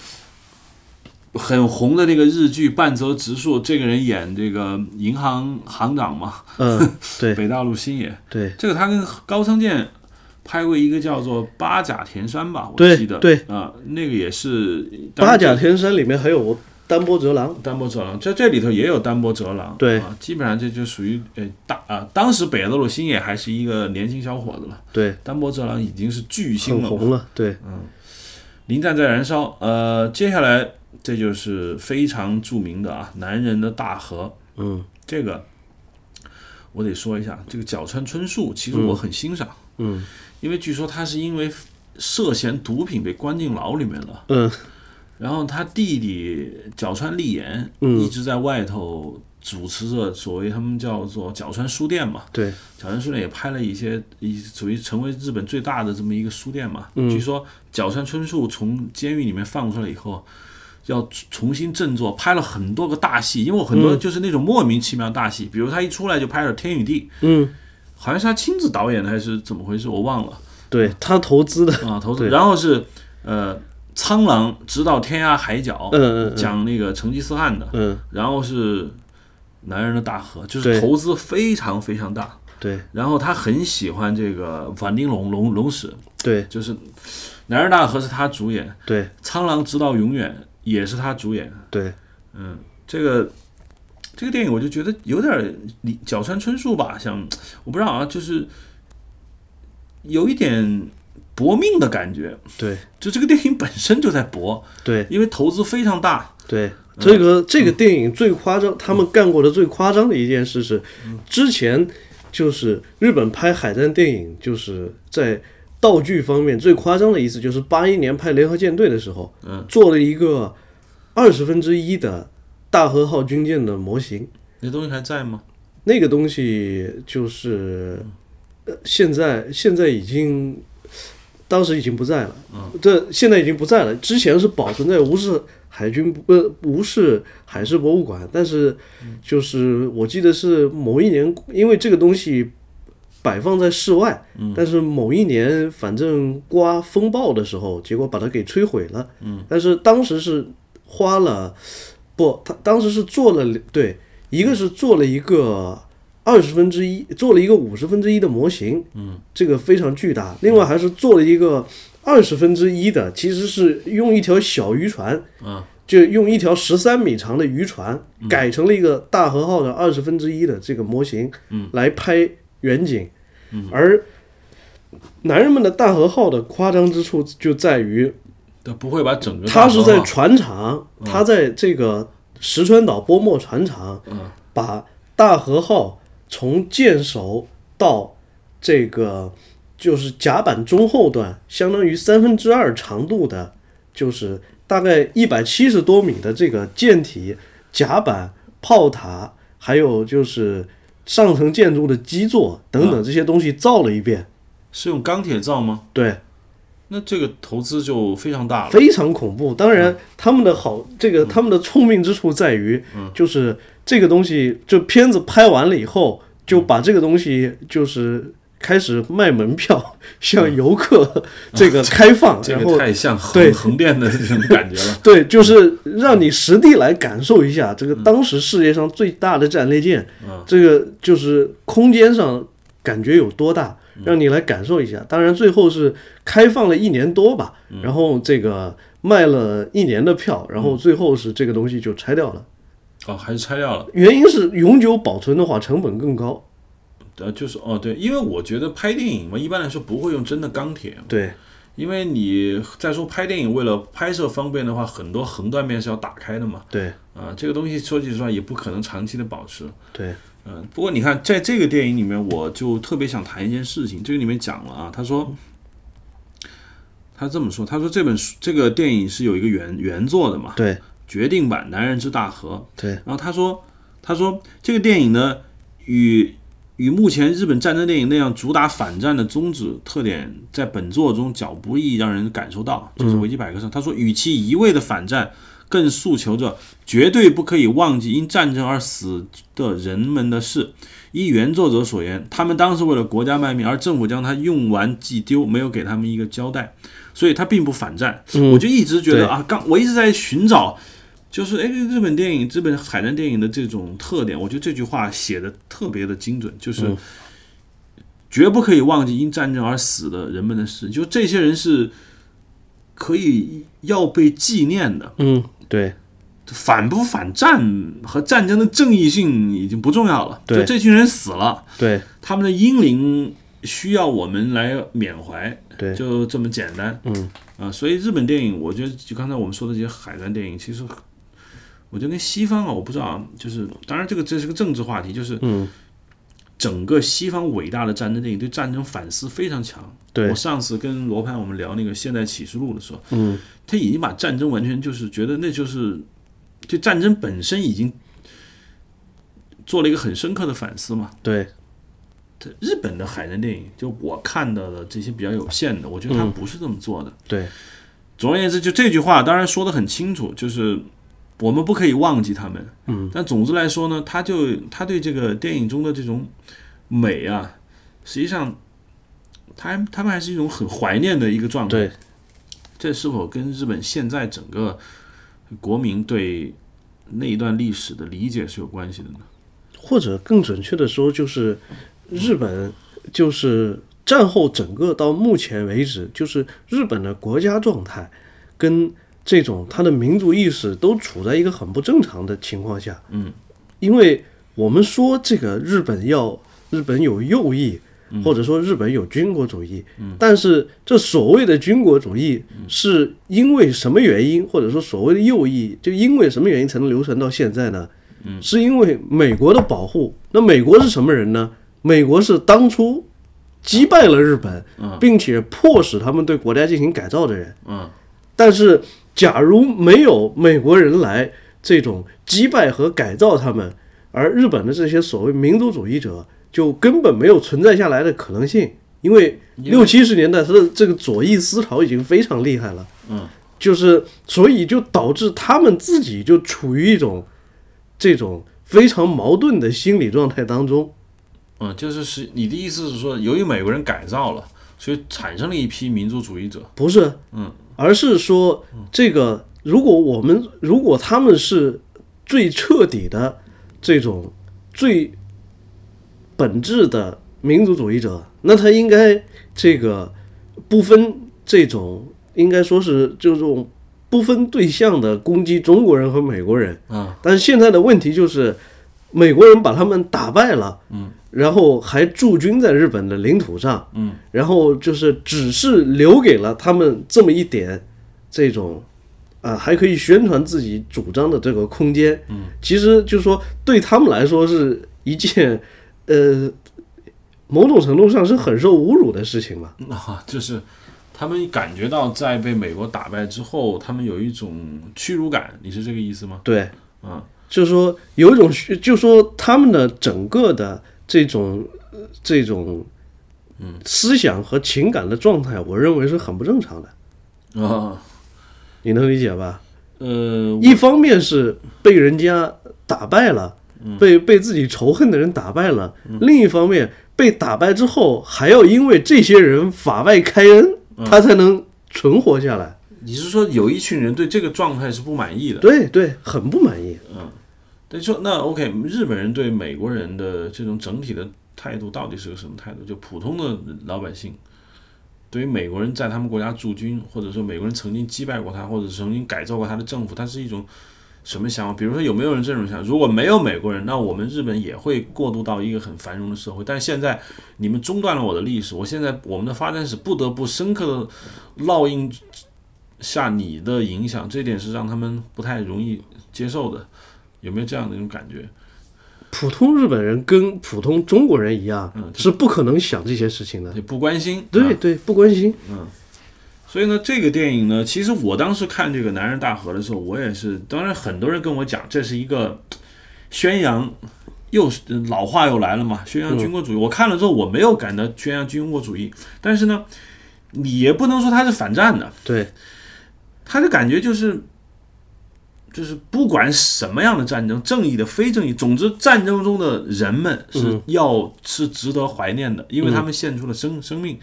很红的那个日剧《半泽直树》，这个人演这个银行行长嘛，
嗯，对
北大陆星野。
对
这个他跟高仓健拍过一个叫做《八甲田山》吧，我
对
记得
对
啊、那个也是
八甲天山里面还有丹波哲郎，
丹波哲郎，在这里头也有丹波哲郎，
对
啊，基本上这就属于呃大啊、当时北大陆星野还是一个年轻小伙子了，
对，
丹波哲郎已经是巨星
很
了嘛，
红了，对，
林战在燃烧，呃，接下来这就是非常著名的啊，男人的大河，
嗯
这个我得说一下，这个角川春树其实我很欣赏，
嗯
因为据说他是因为涉嫌毒品被关进牢里面了。
嗯
然后他弟弟角川立言
嗯
一直在外头主持着所谓他们叫做角川书店嘛，
对，
角川书店也拍了一些一属于成为日本最大的这么一个书店嘛。据说角川春树从监狱里面放出来以后。要重新振作，拍了很多个大戏，因为我很多就是那种莫名其妙的大戏，比如他一出来就拍了《天与地》，
嗯
好像是他亲自导演的还是怎么回事，我忘了。嗯
对，他投资的，
啊，投资。然后是呃，苍狼直到天涯海角，
嗯嗯嗯
讲那个成吉思汗的。
嗯
然后是男人的大河，就是
对
投资非常非常大。
对
然后他很喜欢这个反町隆隆隆史，
对
就是男人大河是他主演，
对
苍狼直到永远也是他主演。
对，
嗯，这个。这个电影我就觉得有点儿里角川春树吧，像我不知道啊，就是有一点搏命的感觉，
对
就这个电影本身就在搏，
对
因为投资非常大。
对，这个这个电影最夸张，他们干过的最夸张的一件事是，之前就是日本拍海战电影，就是在道具方面最夸张的一次，就是八一年拍《联合舰队》的时候，
嗯
做了一个二十分之一的大和号军舰的模型，
那东西还在吗？
那个东西就是，呃，现在现在已经，当时已经不在了，这现在已经不在了。之前是保存在吴氏海军部呃吴氏海事博物馆，但是就是我记得是某一年，因为这个东西摆放在室外，但是某一年反正刮风暴的时候，结果把它给摧毁了。但是当时是花了不，他当时是做了对，一个是做了一个二十分之一，做了一个五十分之一的模型，嗯，这个非常巨大。另外还是做了一个二十分之一的，其实是用一条小渔船，
啊，
就用一条十三米长的渔船改成了一个大和号的二十分之一的这个模型，嗯，来拍远景，嗯，而。男人们的大和号的夸张之处就在于，
他不会把整个大啊嗯
他是
河
在
吧
船厂，他在这个石川岛波莫船厂，
嗯
把大和号从舰首到这个就是甲板中后段，相当于三分之二长度的，就是大概一百七十多米的这个舰体、甲板、炮塔，还有就是上层建筑的基座
嗯
等等这些东西造了一遍，
是用钢铁造吗？
对。
那这个投资就非常大了。嗯
非常恐怖。当然，他们的好，这个他们的聪明之处在于，
嗯
就是这个东西，就片子拍完了以后，
嗯
就把这个东西就是开始卖门票，向游客这个开放，
嗯 这
然
个
后。
太像横
对
横店的这种感觉 了。嗯
对，就是让你实地来感受一下这个当时世界上最大的战列舰，
嗯
这个就是空间上感觉有多大，
嗯
让你来感受一下。当然，最后是开放了一年多吧，
嗯
然后这个卖了一年的票，然后最后是这个东西就拆掉了。
哦，还是拆掉了。
原因是永久保存的话成本更高。
呃，就是哦，对，因为我觉得拍电影嘛，一般来说不会用真的钢铁，
对
因为你再说拍电影为了拍摄方便的话，很多横断面是要打开的嘛。
对
啊，这个东西说句实话也不可能长期的保持。
对，
嗯，不过你看，在这个电影里面，我就特别想谈一件事情。这个里面讲了啊，他说，他这么说，他说这本书这个电影是有一个原原作的嘛，
对
决定版《男人之大河》。
对
然后他说，他说这个电影呢，与与目前日本战争电影那样主打反战的宗旨特点，在本作中较不易让人感受到。这是维基百科上，他说，与其一味的反战，更诉求着绝对不可以忘记因战争而死的人们的事。依原作者所言，他们当时为了国家卖命，而政府将它用完即丢，没有给他们一个交代，所以他并不反战。我就一直觉得啊，刚我一直在寻找就是哎，日本电影、日本海战电影的这种特点，我觉得这句话写的特别的精准，就是绝不可以忘记因战争而死的人们的事，就这些人是可以要被纪念的。
嗯，对，
反不反战和战争的正义性已经不重要了，
对
就这群人死了，
对，
他们的英灵需要我们来缅怀，
对
就这么简单。
嗯，
啊，所以日本电影，我觉得就刚才我们说的这些海战电影，其实我觉得跟西方啊，我不知道啊，就是当然这个这是个政治话题，就是
嗯，
整个西方伟大的战争电影对战争反思非常强。
对
我，上次跟罗盘我们聊那个《现代启示录》的时候，
嗯，
他已经把战争完全就是觉得那就是对战争本身已经做了一个很深刻的反思嘛。
对，
这日本的海战电影，就我看到的这些比较有限的，我觉得他不是这么做的。
对，
总而言之，就这句话当然说得很清楚，就是我们不可以忘记他们。嗯，但总之来说呢，他就他对这个电影中的这种美啊，实际上他还他们还是一种很怀念的一个状态。
对，
这是否跟日本现在整个国民对那一段历史的理解是有关系的呢？
或者更准确的说，就是日本就是战后整个到目前为止，就是日本的国家状态跟这种它的民族意识都处在一个很不正常的情况下。
嗯，
因为我们说这个日本要日本有右翼。或者说日本有军国主义，但是这所谓的军国主义是因为什么原因，或者说所谓的右翼，就因为什么原因才能流传到现在呢？是因为美国的保护。那美国是什么人呢？美国是当初击败了日本，并且迫使他们对国家进行改造的人。
嗯，
但是，假如没有美国人来这种击败和改造他们，而日本的这些所谓民族主义者就根本没有存在下来的可能性，因为六七十年代他的这个左翼思潮已经非常厉害了。
嗯，
就是所以就导致他们自己就处于一种这种非常矛盾的心理状态当中。
嗯，就是是你的意思是说，由于美国人改造了，所以产生了一批民族主义者。
不是，
嗯，
而是说这个，如果我们如果他们是最彻底的这种最本质的民族主义者，那他应该这个不分这种，应该说是这种不分对象的攻击中国人和美国人。
嗯
但是现在的问题就是，美国人把他们打败了，
嗯，
然后还驻军在日本的领土上，
嗯，
然后就是只是留给了他们这么一点这种。啊，还可以宣传自己主张的这个空间，嗯，其实就是说对他们来说是一件，呃，某种程度上是很受侮辱的事情嘛。
啊，就是他们感觉到在被美国打败之后，他们有一种屈辱感，你是这个意思吗？
对，
啊，
就是说有一种需，就是说他们的整个的这种呃这种，嗯，思想和情感的状态，我认为是很不正常的，
啊，
你能理解吧？
呃，我
一方面是被人家打败了，
嗯
被被自己仇恨的人打败了；另一方面，被打败之后还要因为这些人法外开恩，
嗯
他才能存活下来。
你是说有一群人对这个状态是不满意的？
对对，很不满意。
对，说那 OK，日本人对美国人的这种整体的态度到底是个什么态度？就普通的老百姓，对于美国人在他们国家驻军，或者说美国人曾经击败过他，或者曾经改造过他的政府，他是一种什么想法？比如说有没有人这种想法？如果没有美国人，那我们日本也会过渡到一个很繁荣的社会。但是现在你们中断了我的历史，我现在我们的发展史不得不深刻的烙印下你的影响，这点是让他们不太容易接受的。有没有这样的一种感觉？
普通日本人跟普通中国人一样，
嗯
是不可能想这些事情的。
也不关心。
对
啊
对，不关心。
所以呢，这个电影呢，其实我当时看这个《男人大河》的时候，我也是，当然很多人跟我讲，这是一个宣扬。又是老话又来了嘛，宣扬军国主义。我看了之后，我没有感到宣扬军国主义，但是呢，你也不能说他是反战的，
对
他的感觉就是就是不管什么样的战争，正义的、非正义，总之战争中的人们是要、是值得怀念的，因为他们献出了生、生命，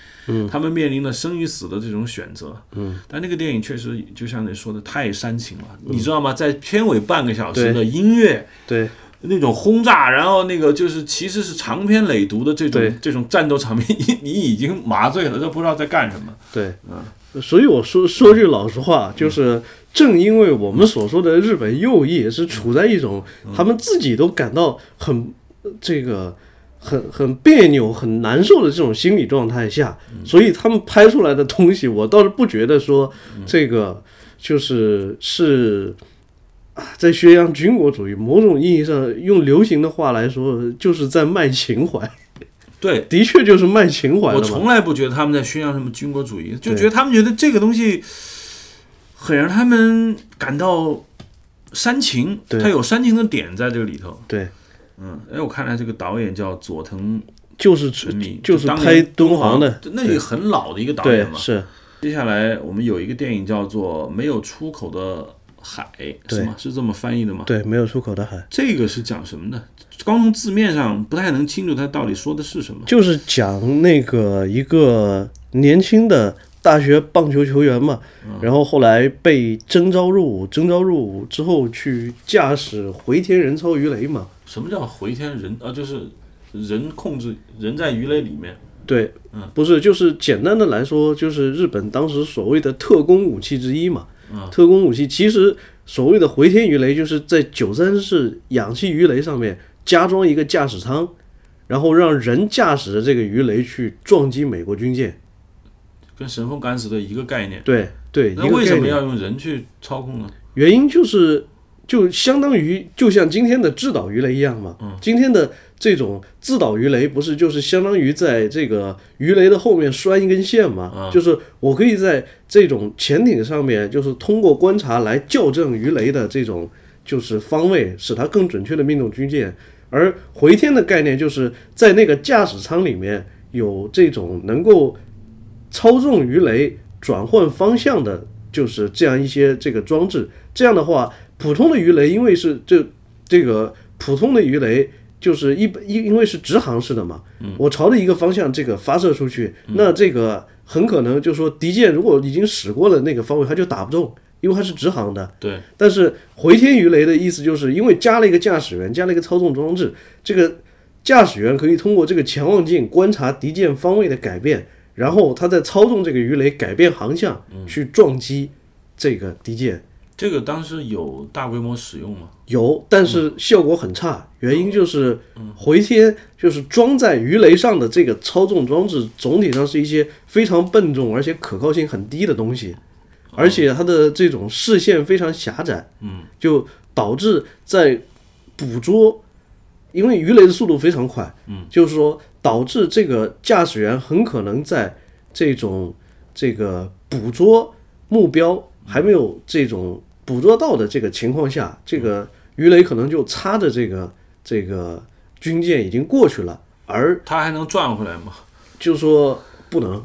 他们面临了生与死的这种选择。嗯，但那个电影确实就像你说的太煽情了，你知道吗？在片尾半个小时的音乐
对，
那种轰炸，然后那个就是其实是长篇累牍的这
对
种这种战斗场面，你你已经麻醉了，都不知道在干什么。
对，嗯所以我说说句老实话，就是正因为我们所说的日本右翼是处在一种
嗯
他们自己都感到很呃这个很很别扭、很难受的这种心理状态下，
嗯
所以他们拍出来的东西，我倒是不觉得说
嗯
这个就是是。啊在宣扬军国主义，某种意义上，用流行的话来说，就是在卖情怀，
对，
的确就是卖情怀了
我
嘛。
从来不觉得他们在宣扬什么军国主义，就觉得他们觉得这个东西很让他们感到煽情，
对
他有煽情的点在这个里头。
对，
嗯，哎，我看来这个导演叫佐藤
就是
纯米，
就是
当
拍
年
敦煌的，，
那也很老的一个导
对
演，嘛。
是
接下来我们有一个电影叫做《没有出口的海》，是吗？是这么翻译的吗？
对，没有出口的海，
这个是讲什么呢？光从字面上不太能清楚他到底说的是什么。
就是讲那个一个年轻的大学棒球球员嘛，
嗯
然后后来被征召入伍，征召入伍之后去驾驶回天人操鱼雷嘛，
什么叫回天人啊？就是人控制人在鱼雷里面。
对，不是，就是简单的来说，就是日本当时所谓的特工武器之一嘛。特工武器其实所谓的回天鱼雷，就是在九三式氧气鱼雷上面加装一个驾驶舱，然后让人驾驶着这个鱼雷去撞击美国军舰。
跟神风敢死队一个概念。
对对，一
哎那
个
为
概
什么
念
要用人去操控呢？
原因就是就相当于就像今天的制导鱼雷一样嘛，今天的这种自导鱼雷不是就是相当于在这个鱼雷的后面拴一根线嘛，就是我可以在这种潜艇上面，就是通过观察来校正鱼雷的这种就是方位，使它更准确的命中军舰。而回天的概念就是在那个驾驶舱里面有这种能够操纵鱼雷转换方向的，就是这样一些这个装置。这样的话，普通的鱼雷因为是这这个普通的鱼雷。就是一因因为是直航式的嘛，我朝着一个方向这个发射出去，那这个很可能就说敌舰如果已经驶过了那个方位，它就打不中，因为它是直航的。
对，
但是回天鱼雷的意思就是因为加了一个驾驶员，加了一个操纵装置，这个驾驶员可以通过这个潜望镜观察敌舰方位的改变，然后他在操纵这个鱼雷改变航向去撞击这个敌舰。
这个当时有大规模使用吗？
有，但是效果很差，原因就是回天就是装在鱼雷上的这个操纵装置，总体上是一些非常笨重而且可靠性很低的东西，而且它的这种视线非常狭窄，嗯，就导致在捕捉，因为鱼雷的速度非常快，嗯，就是说导致这个驾驶员很可能在这种这个捕捉目标还没有这种捕捉到的这个情况下，这个鱼雷可能就擦着这个这个军舰已经过去了，而
它还能转回来吗？
就说不能，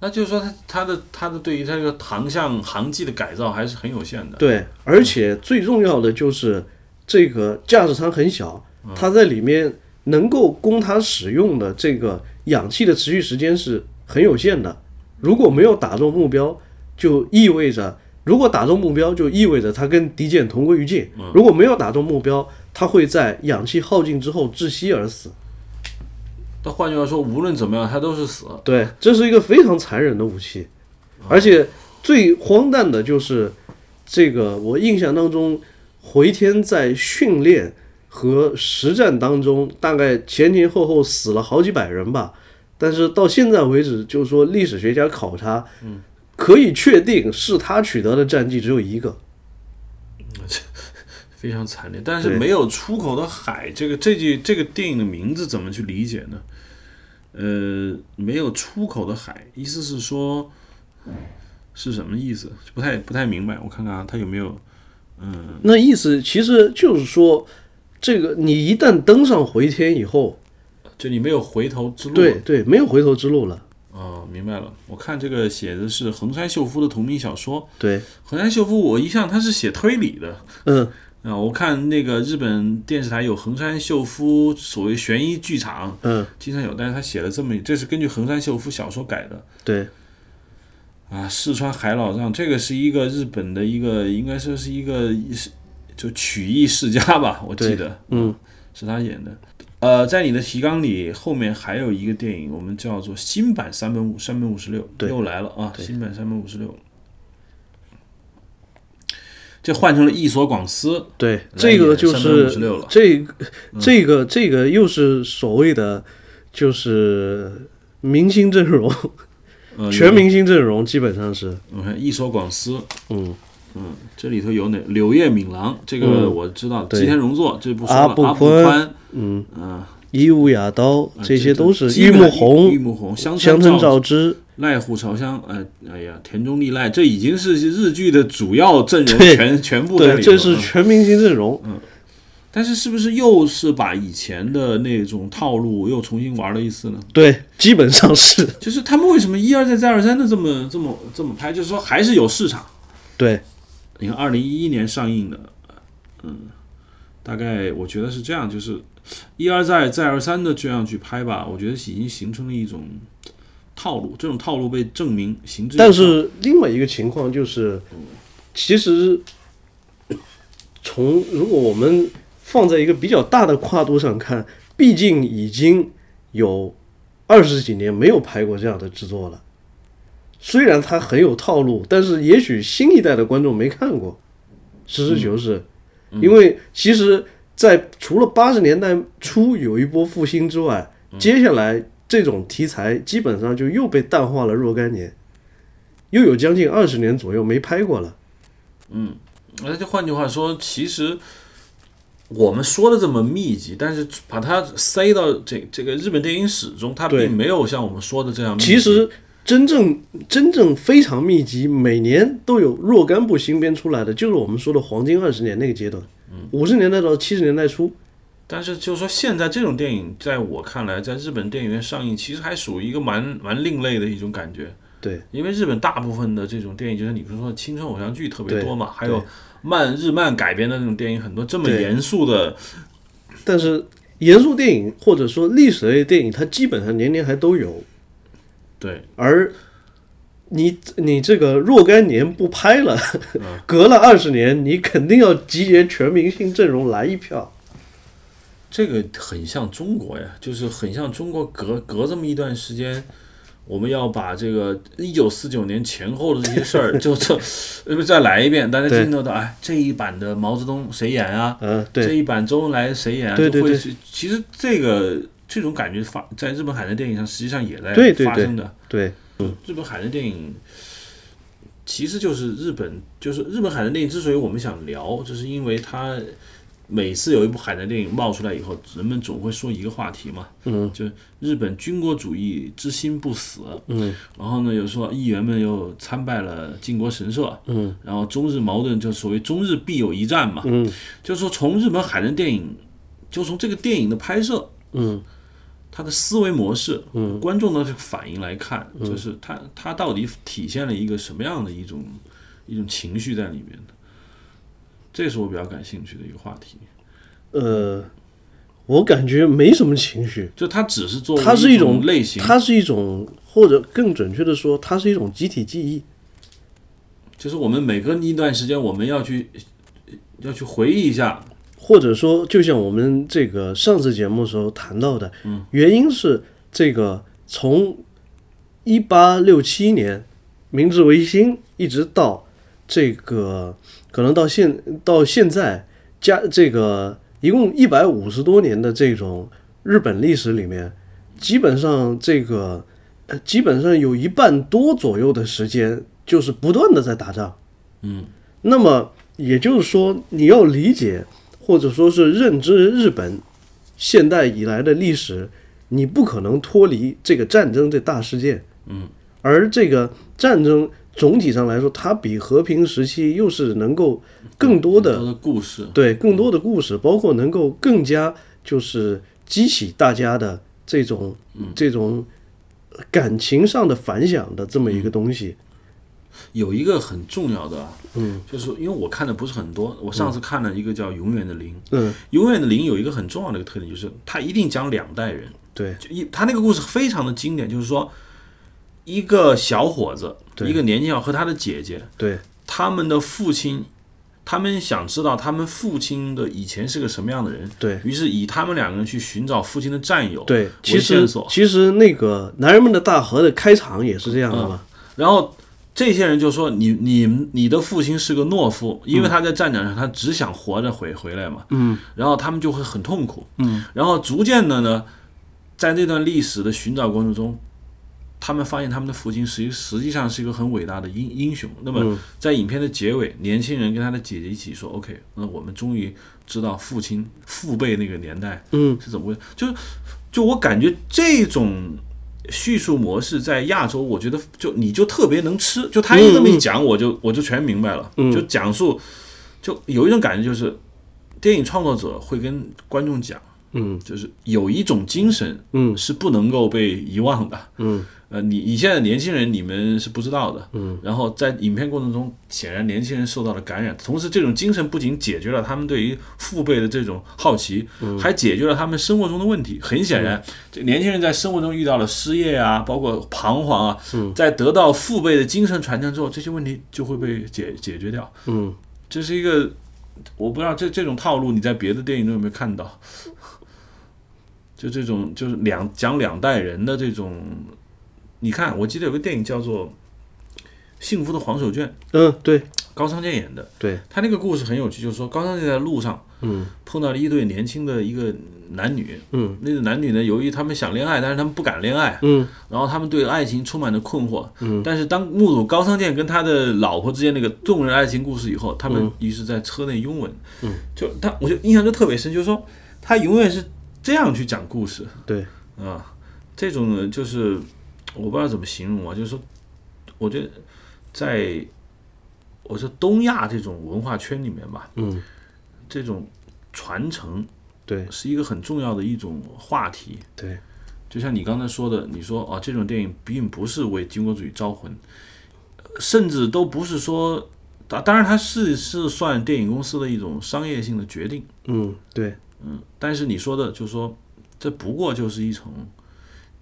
那就是说它，它的它的对于它这个航向航迹的改造还是很有限的。
对，而且最重要的就是这个驾驶舱很小，它在里面能够供它使用的这个氧气的持续时间是很有限的。如果没有打中目标，就意味着如果打中目标，就意味着它跟敌舰同归于尽；如果没有打中目标，它会在氧气耗尽之后窒息而死。
那换句话说，无论怎么样，它都是死。
对，这是一个非常残忍的武器，
啊
而且最荒诞的就是这个，我印象当中，回天在训练和实战当中，大概前前后后死了好几百人吧。但是到现在为止，就是说历史学家考察，
嗯
可以确定是他取得的战绩只有一个。
非常惨烈，但是
对
没有出口的海，这个这句这个电影的名字怎么去理解呢？呃，没有出口的海，意思是说是什么意思？不太不太明白，我看看啊，它有没有？嗯
那意思其实就是说，这个你一旦登上回天以后，
就你没有回头之路。
对，对，没有回头之路了。
哦，明白了。我看这个写的是横山秀夫的同名小说。
对，
横山秀夫，我一向他是写推理的。
嗯，
啊、我看那个日本电视台有横山秀夫所谓悬疑剧场，
嗯，
经常有，但是他写了这么一，这是根据横山秀夫小说改的
对，
啊。四川海老丈这个是一个日本的一个，应该说是一个是就曲艺世家吧，我记
对
得
嗯，
是他演的。呃，在你的提纲里后面还有一个电影，我们叫做新版三本五三本五十六，
对
又来了啊！新版三本五十六，这换成了一所广司，
对，这个就
三
是
百五十六了嗯
这个这个这个又是所谓的就是明星阵容，
呃，
全明星阵容基本上是，
我看一所广司，
嗯，
嗯，这里头有哪？柳叶敏郎，这个
嗯
我知道，
对
吉田荣作这不说了，
阿
阿
部
部
宽
宽，
嗯，
嗯，
伊乌雅刀
呃
这些都是
基
玉
本
木
玉
宏、
木宏、香
香
村
村
照
照之，
濑户朝香，哎、哎呀，田中利赖，这已经是日剧的主要阵容，
对
全全部在里头
对，这是
嗯
全明星阵容，
但是是不是又是把以前的那种套路又重新玩了一次呢？
对，基本上是
就是他们为什么一而再再而三的这么这么这么拍？就是说还是有市场。
对，
你看二零一一年上映的，嗯，大概我觉得是这样，就是一而再再而三的这样去拍吧，我觉得已经形成了一种套路，这种套路被证明行之有
但
效。
是另外一个情况就是，其实从如果我们放在一个比较大的跨度上看，毕竟已经有二十几年没有拍过这样的制作了。虽然它很有套路，但是也许新一代的观众没看过，实事求是，
嗯
因为其实，在除了八十年代初有一波复兴之外，
嗯
接下来这种题材基本上就又被淡化了若干年。又有将近二十年左右没拍过了。
那就换句话说，其实我们说的这么密集，但是把它塞到这这个日本电影史中，它
对
并啊没有像我们说的这样密集。
其实真正真正非常密集，每年都有若干部新编出来的，就是我们说的黄金二十年那个阶段，
嗯
五十年代到七十年代初。
但是就是说，现在这种电影，在我看来，在日本电影院上映，其实还属于一个蛮蛮另类的一种感觉。
对，
因为日本大部分的这种电影，就是你不是说青春偶像剧特别
对
多嘛，还
对
有漫日漫改编的那种电影很多，这么
对
严肃的，
但是严肃电影或者说历史类电影，它基本上年年还都有，
对，
而。你你这个若干年不拍了，
啊
隔了二十年，你肯定要集结全明星阵容来一票。
这个很像中国呀，就是很像中国隔隔这么一段时间，我们要把这个一九四九年前后的这些事 儿，就这，要不再来一遍，大家
对
听得到哎，这一版的毛泽东谁演啊？
嗯、
这
对
一版周恩来谁演啊？
对对
就会
对
是其实这个这种感觉发在日本海南电影上实际上也在
对对
发
对
生的。
对，
日本海南电影其实就是日本，就是日本海南电影之所以我们想聊，就是因为它每次有一部海南电影冒出来以后，人们总会说一个话题嘛，
嗯，
就是日本军国主义之心不死，
嗯，
然后呢，有说议员们又参拜了靖国神社，
嗯，
然后中日矛盾就所谓中日必有一战嘛，
嗯
就是说从日本海南电影，就从这个电影的拍摄，
嗯，
他的思维模式，嗯，观众的反应来看，
嗯
就是他他到底体现了一个什么样的一种一种情绪在里面的，这是我比较感兴趣的一个话题。
呃，我感觉没什么情绪，
就它只是作为
它是
一
一种
类型，
它是一种，或者更准确的说，它是一种集体记忆。
就是我们每隔一段时间我们要去要去回忆一下，
或者说，就像我们这个上次节目的时候谈到的，原因是这个从一八六七年明治维新一直到这个可能到现到现在加这个一共一百五十多年的这种日本历史里面，基本上这个呃基本上有一半多左右的时间就是不断的在打仗。那么也就是说，你要理解或者说是认知日本现代以来的历史，你不可能脱离这个战争这大事件。
嗯，
而这个战争总体上来说，它比和平时期又是能够更多的
很多的故事，
对更多的故事，包括能够
嗯
更加就是激起大家的这种、这种感情上的反响的这么
嗯
一个东西。
有一个很重要的，嗯，就是因为我看的不是很多，我上次看了一个叫《永远的零》，
嗯，
永远的零有一个很重要的一个特点，就是它一定讲两代人，
对，
就一他那个故事非常的经典，就是说一个小伙子，
对
一个年轻小伙和他的姐姐，
对，
他们的父亲，他们想知道他们父亲的以前是个什么样的人，
对，
于是以他们两个人去寻找父亲的战友，
对
为，
其实
线索，
其实那个《男人们的大河》的开场也是这样的嘛，
然后这些人就说你你你的父亲是个懦夫，因为他在战场上他只想活着回回来嘛。嗯。然后他们就会很痛苦。嗯。然后逐渐的呢，在这段历史的寻找过程中，他们发现他们的父亲实际实际上是一个很伟大的英英雄。那么在影片的结尾，年轻人跟他的姐姐一起说：“OK，那我们终于知道父亲父辈那个年代
嗯，
是怎么回事。”就是就我感觉这种叙述模式在亚洲，我觉得就你就特别能吃，就他一这么一
嗯
讲，我就我就全明白了。就讲述，就有一种感觉，就是电影创作者会跟观众讲，
嗯，
就是有一种精神，
嗯，
是不能够被遗忘的，
嗯。
呃，你你现在年轻人你们是不知道的，嗯，然后在影片过程中，显然年轻人受到了感染，同时这种精神不仅解决了他们对于父辈的这种好奇，
嗯
还解决了他们生活中的问题。很显然，这年轻人在生活中遇到了失业啊，包括彷徨啊，在得到父辈的精神传承之后，这些问题就会被解解决掉。
嗯，
这是一个，我不知道这这种套路你在别的电影中有没有看到？就这种就是两讲两代人的这种，你看，我记得有个电影叫做《幸福的黄手绢》，
嗯，对
高仓健演的。
对，
他那个故事很有趣，就是说高仓健在路上，
嗯，
碰到了一对年轻的一个男女，
嗯，
那对男女呢，由于他们想恋爱，但是他们不敢恋爱，
嗯，
然后他们对爱情充满了困惑，嗯，但是当目睹高仓健跟他的老婆之间那个动人爱情故事以后，他们于是在车内拥吻，嗯，就他，我就印象就特别深，就是说他永远是这样去讲故事，
嗯对，
啊，这种呢就是我不知道怎么形容啊，就是说，我觉得在我说东亚这种文化圈里面吧，
嗯，
这种传承
对
是一个很重要的一种话题。
对，
就像你刚才说的，你说啊，这种电影并不是为军国主义招魂，呃甚至都不是说，当当然它是是算电影公司的一种商业性的决定。
嗯，对，
但是你说的，就是说，这不过就是一种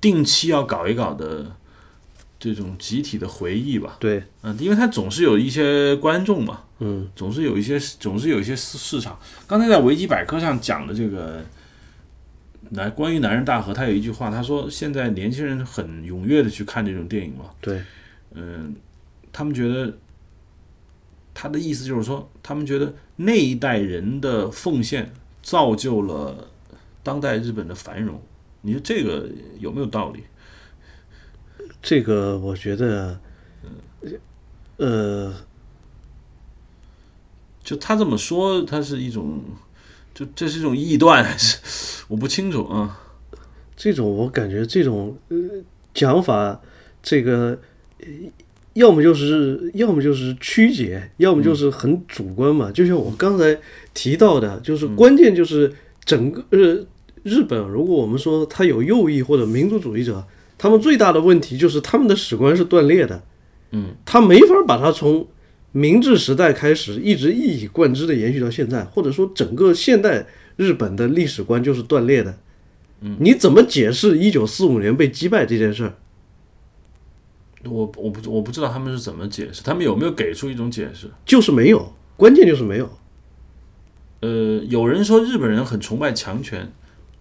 定期要搞一搞的这种集体的回忆吧。
对，
嗯，因为它总是有一些观众嘛，
嗯，
总是有一些总是有一些市市场。刚才在维基百科上讲的这个，男关于男人大河，他有一句话，他说现在年轻人很踊跃的去看这种电影嘛，
对，
嗯，他们觉得他的意思就是说，他们觉得那一代人的奉献造就了当代日本的繁荣。你说这个有没有道理？
这个我觉得，呃，
就他这么说，他是一种，就这是一种臆断， 还是我不清楚啊。
这种我感觉这种呃讲法，这个呃要么就是要么就是曲解，要么就是很主观嘛。就像我刚才提到的，就是关键就是整个呃日本，如果我们说它有右翼或者民族主义者，他们最大的问题就是他们的史观是断裂的，
嗯，
他没法把它从。明治时代开始，一直一以贯之的延续到现在，或者说整个现代日本的历史观就是断裂的。你怎么解释一九四五年被击败这件事儿？
我我不我不知道他们是怎么解释，他们有没有给出一种解释？
就是没有，关键就是没有。
呃，有人说日本人很崇拜强权，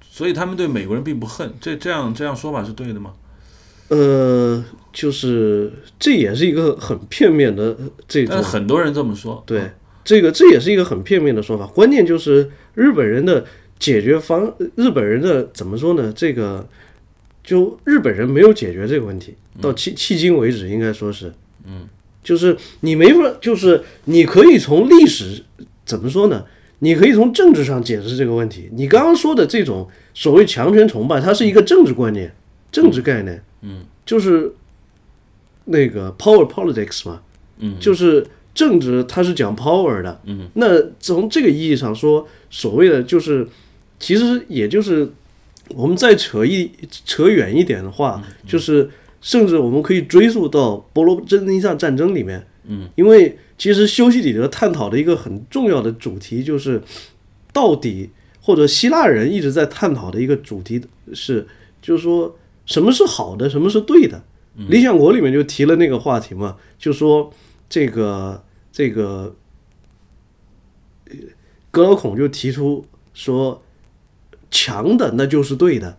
所以他们对美国人并不恨，这这样这样说法是对的吗？
呃，就是这也是一个很片面的呃这
但
种
是很多人这么说，
对这个这也是一个很片面的说法。关键就是日本人的解决方，呃日本人的怎么说呢？这个就日本人没有解决这个问题，到迄迄今为止应该说嗯是，嗯，就是你没法，就是你可以从历史怎么说呢？你可以从政治上解释这个问题。你刚刚说的这种所谓强权崇拜，它是一个政治观念、政治概念，嗯，就是那个 power politics 嘛，
嗯，
就是政治它是讲 power 的，嗯，那从这个意义上说，所谓的就是，其实也就是我们再扯一扯远一点的话，就是甚至我们可以追溯到伯罗奔尼撒战争里面，嗯，因为其实修昔底德探讨的一个很重要的主题就是，到底或者希腊人一直在探讨的一个主题是，就是说什么是好的，什么是对的。理想国里面就提了那个话题嘛，就说这个这个，呃格老孔就提出说，强的那就是对的，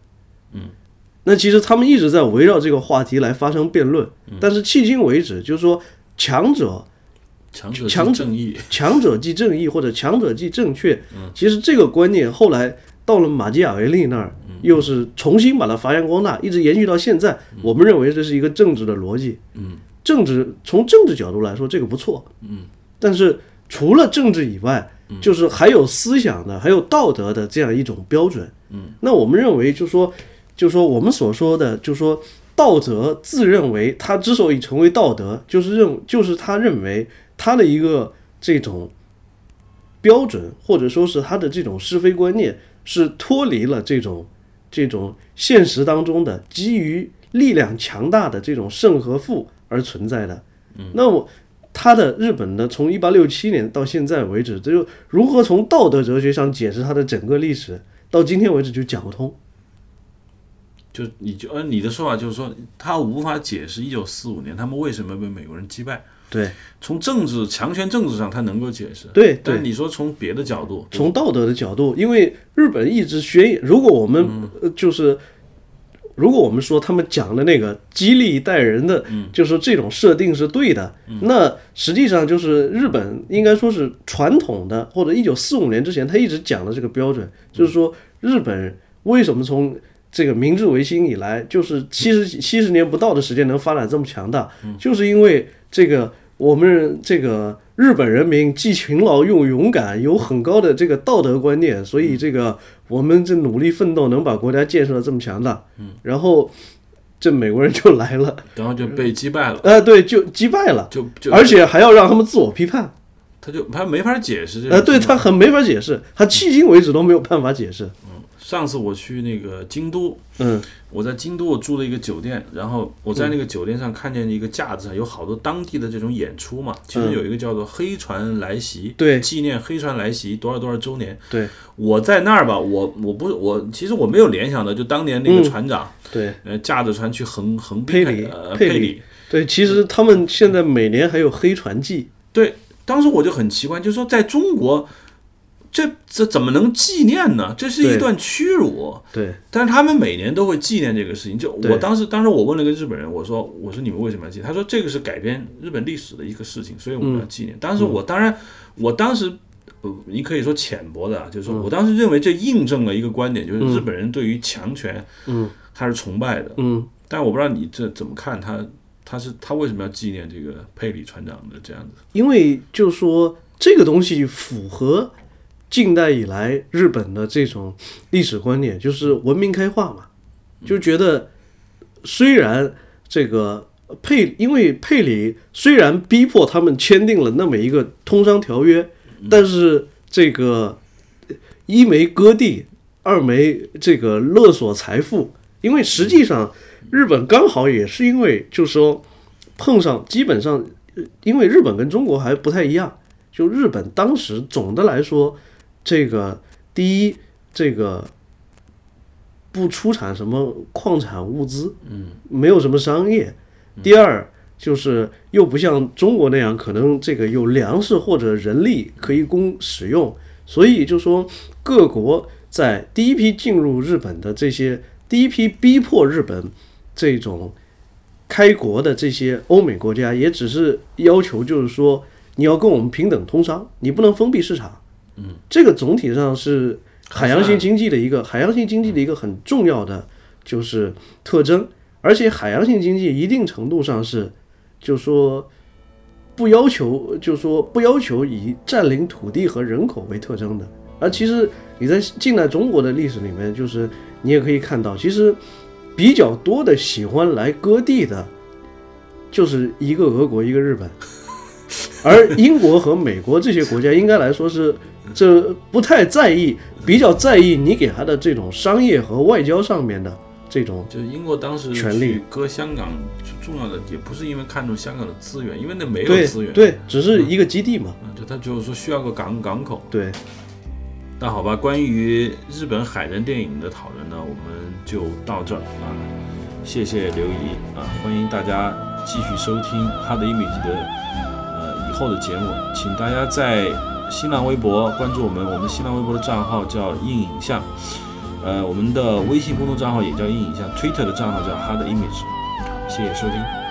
那其实他们一直在围绕这个话题来发生辩论，但是迄今为止，就是说强者
强者
强
之正义，
强者即正义或者强者即正确，其实这个观念后来到了马基雅维利那儿，又是重新把它发扬光大，一直延续到现在。我们认为这是一个政治的逻辑，嗯，政治从政治角度来说，这个不错，嗯，但是除了政治以外，就是还有思想的，还有道德的这样一种标准，嗯，那我们认为就说，就说我们所说的，就说。道德自认为他之所以成为道德，就是认就是他认为他的一个这种标准，或者说是他的这种是非观念，是脱离了这种这种现实当中的基于力量强大的这种胜和负而存在的。那我他的日本呢，从一八六七年到现在为止，这就如何从道德哲学上解释它的整个历史，到今天为止就讲不通。
就你就呃按你的说法就是说，他无法解释一九四五年他们为什么被美国人击败。
对，
从政治强权政治上，他能够解释。
对对
但你说从别的角度，
从道德的角度，因为日本一直宣言，如果我们、呃就是，如果我们说他们讲的那个激励一代人的，就是说这种设定是对的，那实际上就是日本应该说是传统的，或者一九四五年之前他一直讲的这个标准，就是说日本为什么从这个明治维新以来，就是七十七十年不到的时间能发展这么强大，就是因为这个我们这个日本人民既勤劳又勇敢，有很高的这个道德观念，所以这个我们这努力奋斗能把国家建设的这么强大。嗯，然后这美国人就来了，
然后就被击败了，
呃，对，就击败了，
就就
而且还要让他们自我批判，
他就他没法解释这个。
呃，对他很没法解释，他迄今为止都没有办法解释。
上次我去那个京都，
嗯
我在京都我住了一个酒店，然后我在那个酒店上看见一个架子上有好多当地的这种演出嘛，其中有一个叫做黑船来袭，
嗯对
纪念黑船来袭多少多少周年。
对
我在那儿吧，我我不是我其实我没有联想的，就当年那个船长，
对
呃，驾着船去横横
嗯佩
滨
里
呃
佩
佩
里对，其实他们现在每年还有黑船祭，
对，当时我就很奇怪，就是说在中国，这这怎么能纪念呢？这是
对
一段屈辱。
对
但是他们每年都会纪念这个事情。就我
对
当时，当时我问了个日本人，我说：“我说你们为什么要纪念？”他说：“这个是改变日本历史的一个事情，所以我
嗯
们要纪念。当时我当然，我当时，呃，你可以说浅薄的啊，就是
嗯
说我当时认为这印证了一个观点，就是日本人对于强权，嗯，他是崇拜的，
嗯，
但我不知道你这怎么看他，他是他为什么要纪念这个佩里船长的这样子？
因为就说这个东西符合近代以来日本的这种历史观念，就是文明开化嘛，就觉得虽然这个佩，因为佩里虽然逼迫他们签订了那么一个通商条约，但是这个一没割地，二没这个勒索财富，因为实际上日本刚好也是因为就是说碰上基本上，呃因为日本跟中国还不太一样，就日本当时总的来说，这个第一这个不出产什么矿产物资，嗯，没有什么商业。第二就是又不像中国那样，可能这个有粮食或者人力可以供使用，所以就说各国在第一批进入日本的这些，第一批逼迫日本这种开国的这些欧美国家，也只是要求就是说你要跟我们平等通商，你不能封闭市场。嗯，这个总体上是海洋性经济的一个海洋性经济的一个很重要的就是特征，而且海洋性经济一定程度上是，就说不要求，就说不要求以占领土地和人口为特征的。而其实你在近代中国的历史里面，就是你也可以看到，其实比较多的喜欢来割地的，就是一个俄国，一个日本。而英国和美国这些国家，应该来说是这不太在意，比较在意你给他的这种商业和外交上面的这种
就是英国当时
嗯权力
去割香港重要的，也不是因为看重香港的资源，因为那没有
对
资源，
对，只是一个基地嘛，
嗯，就他就是说需要个港港口。
对，
那好吧，关于日本海战电影的讨论呢，我们就到这儿啊。谢谢刘怡啊，欢迎大家继续收听他的 image 的呃以后的节目，请大家在新浪微博关注我们，我们新浪微博的账号叫硬影像，呃，我们的微信公众账号也叫硬影像，Twitter 的账号叫他的 image。谢谢收听。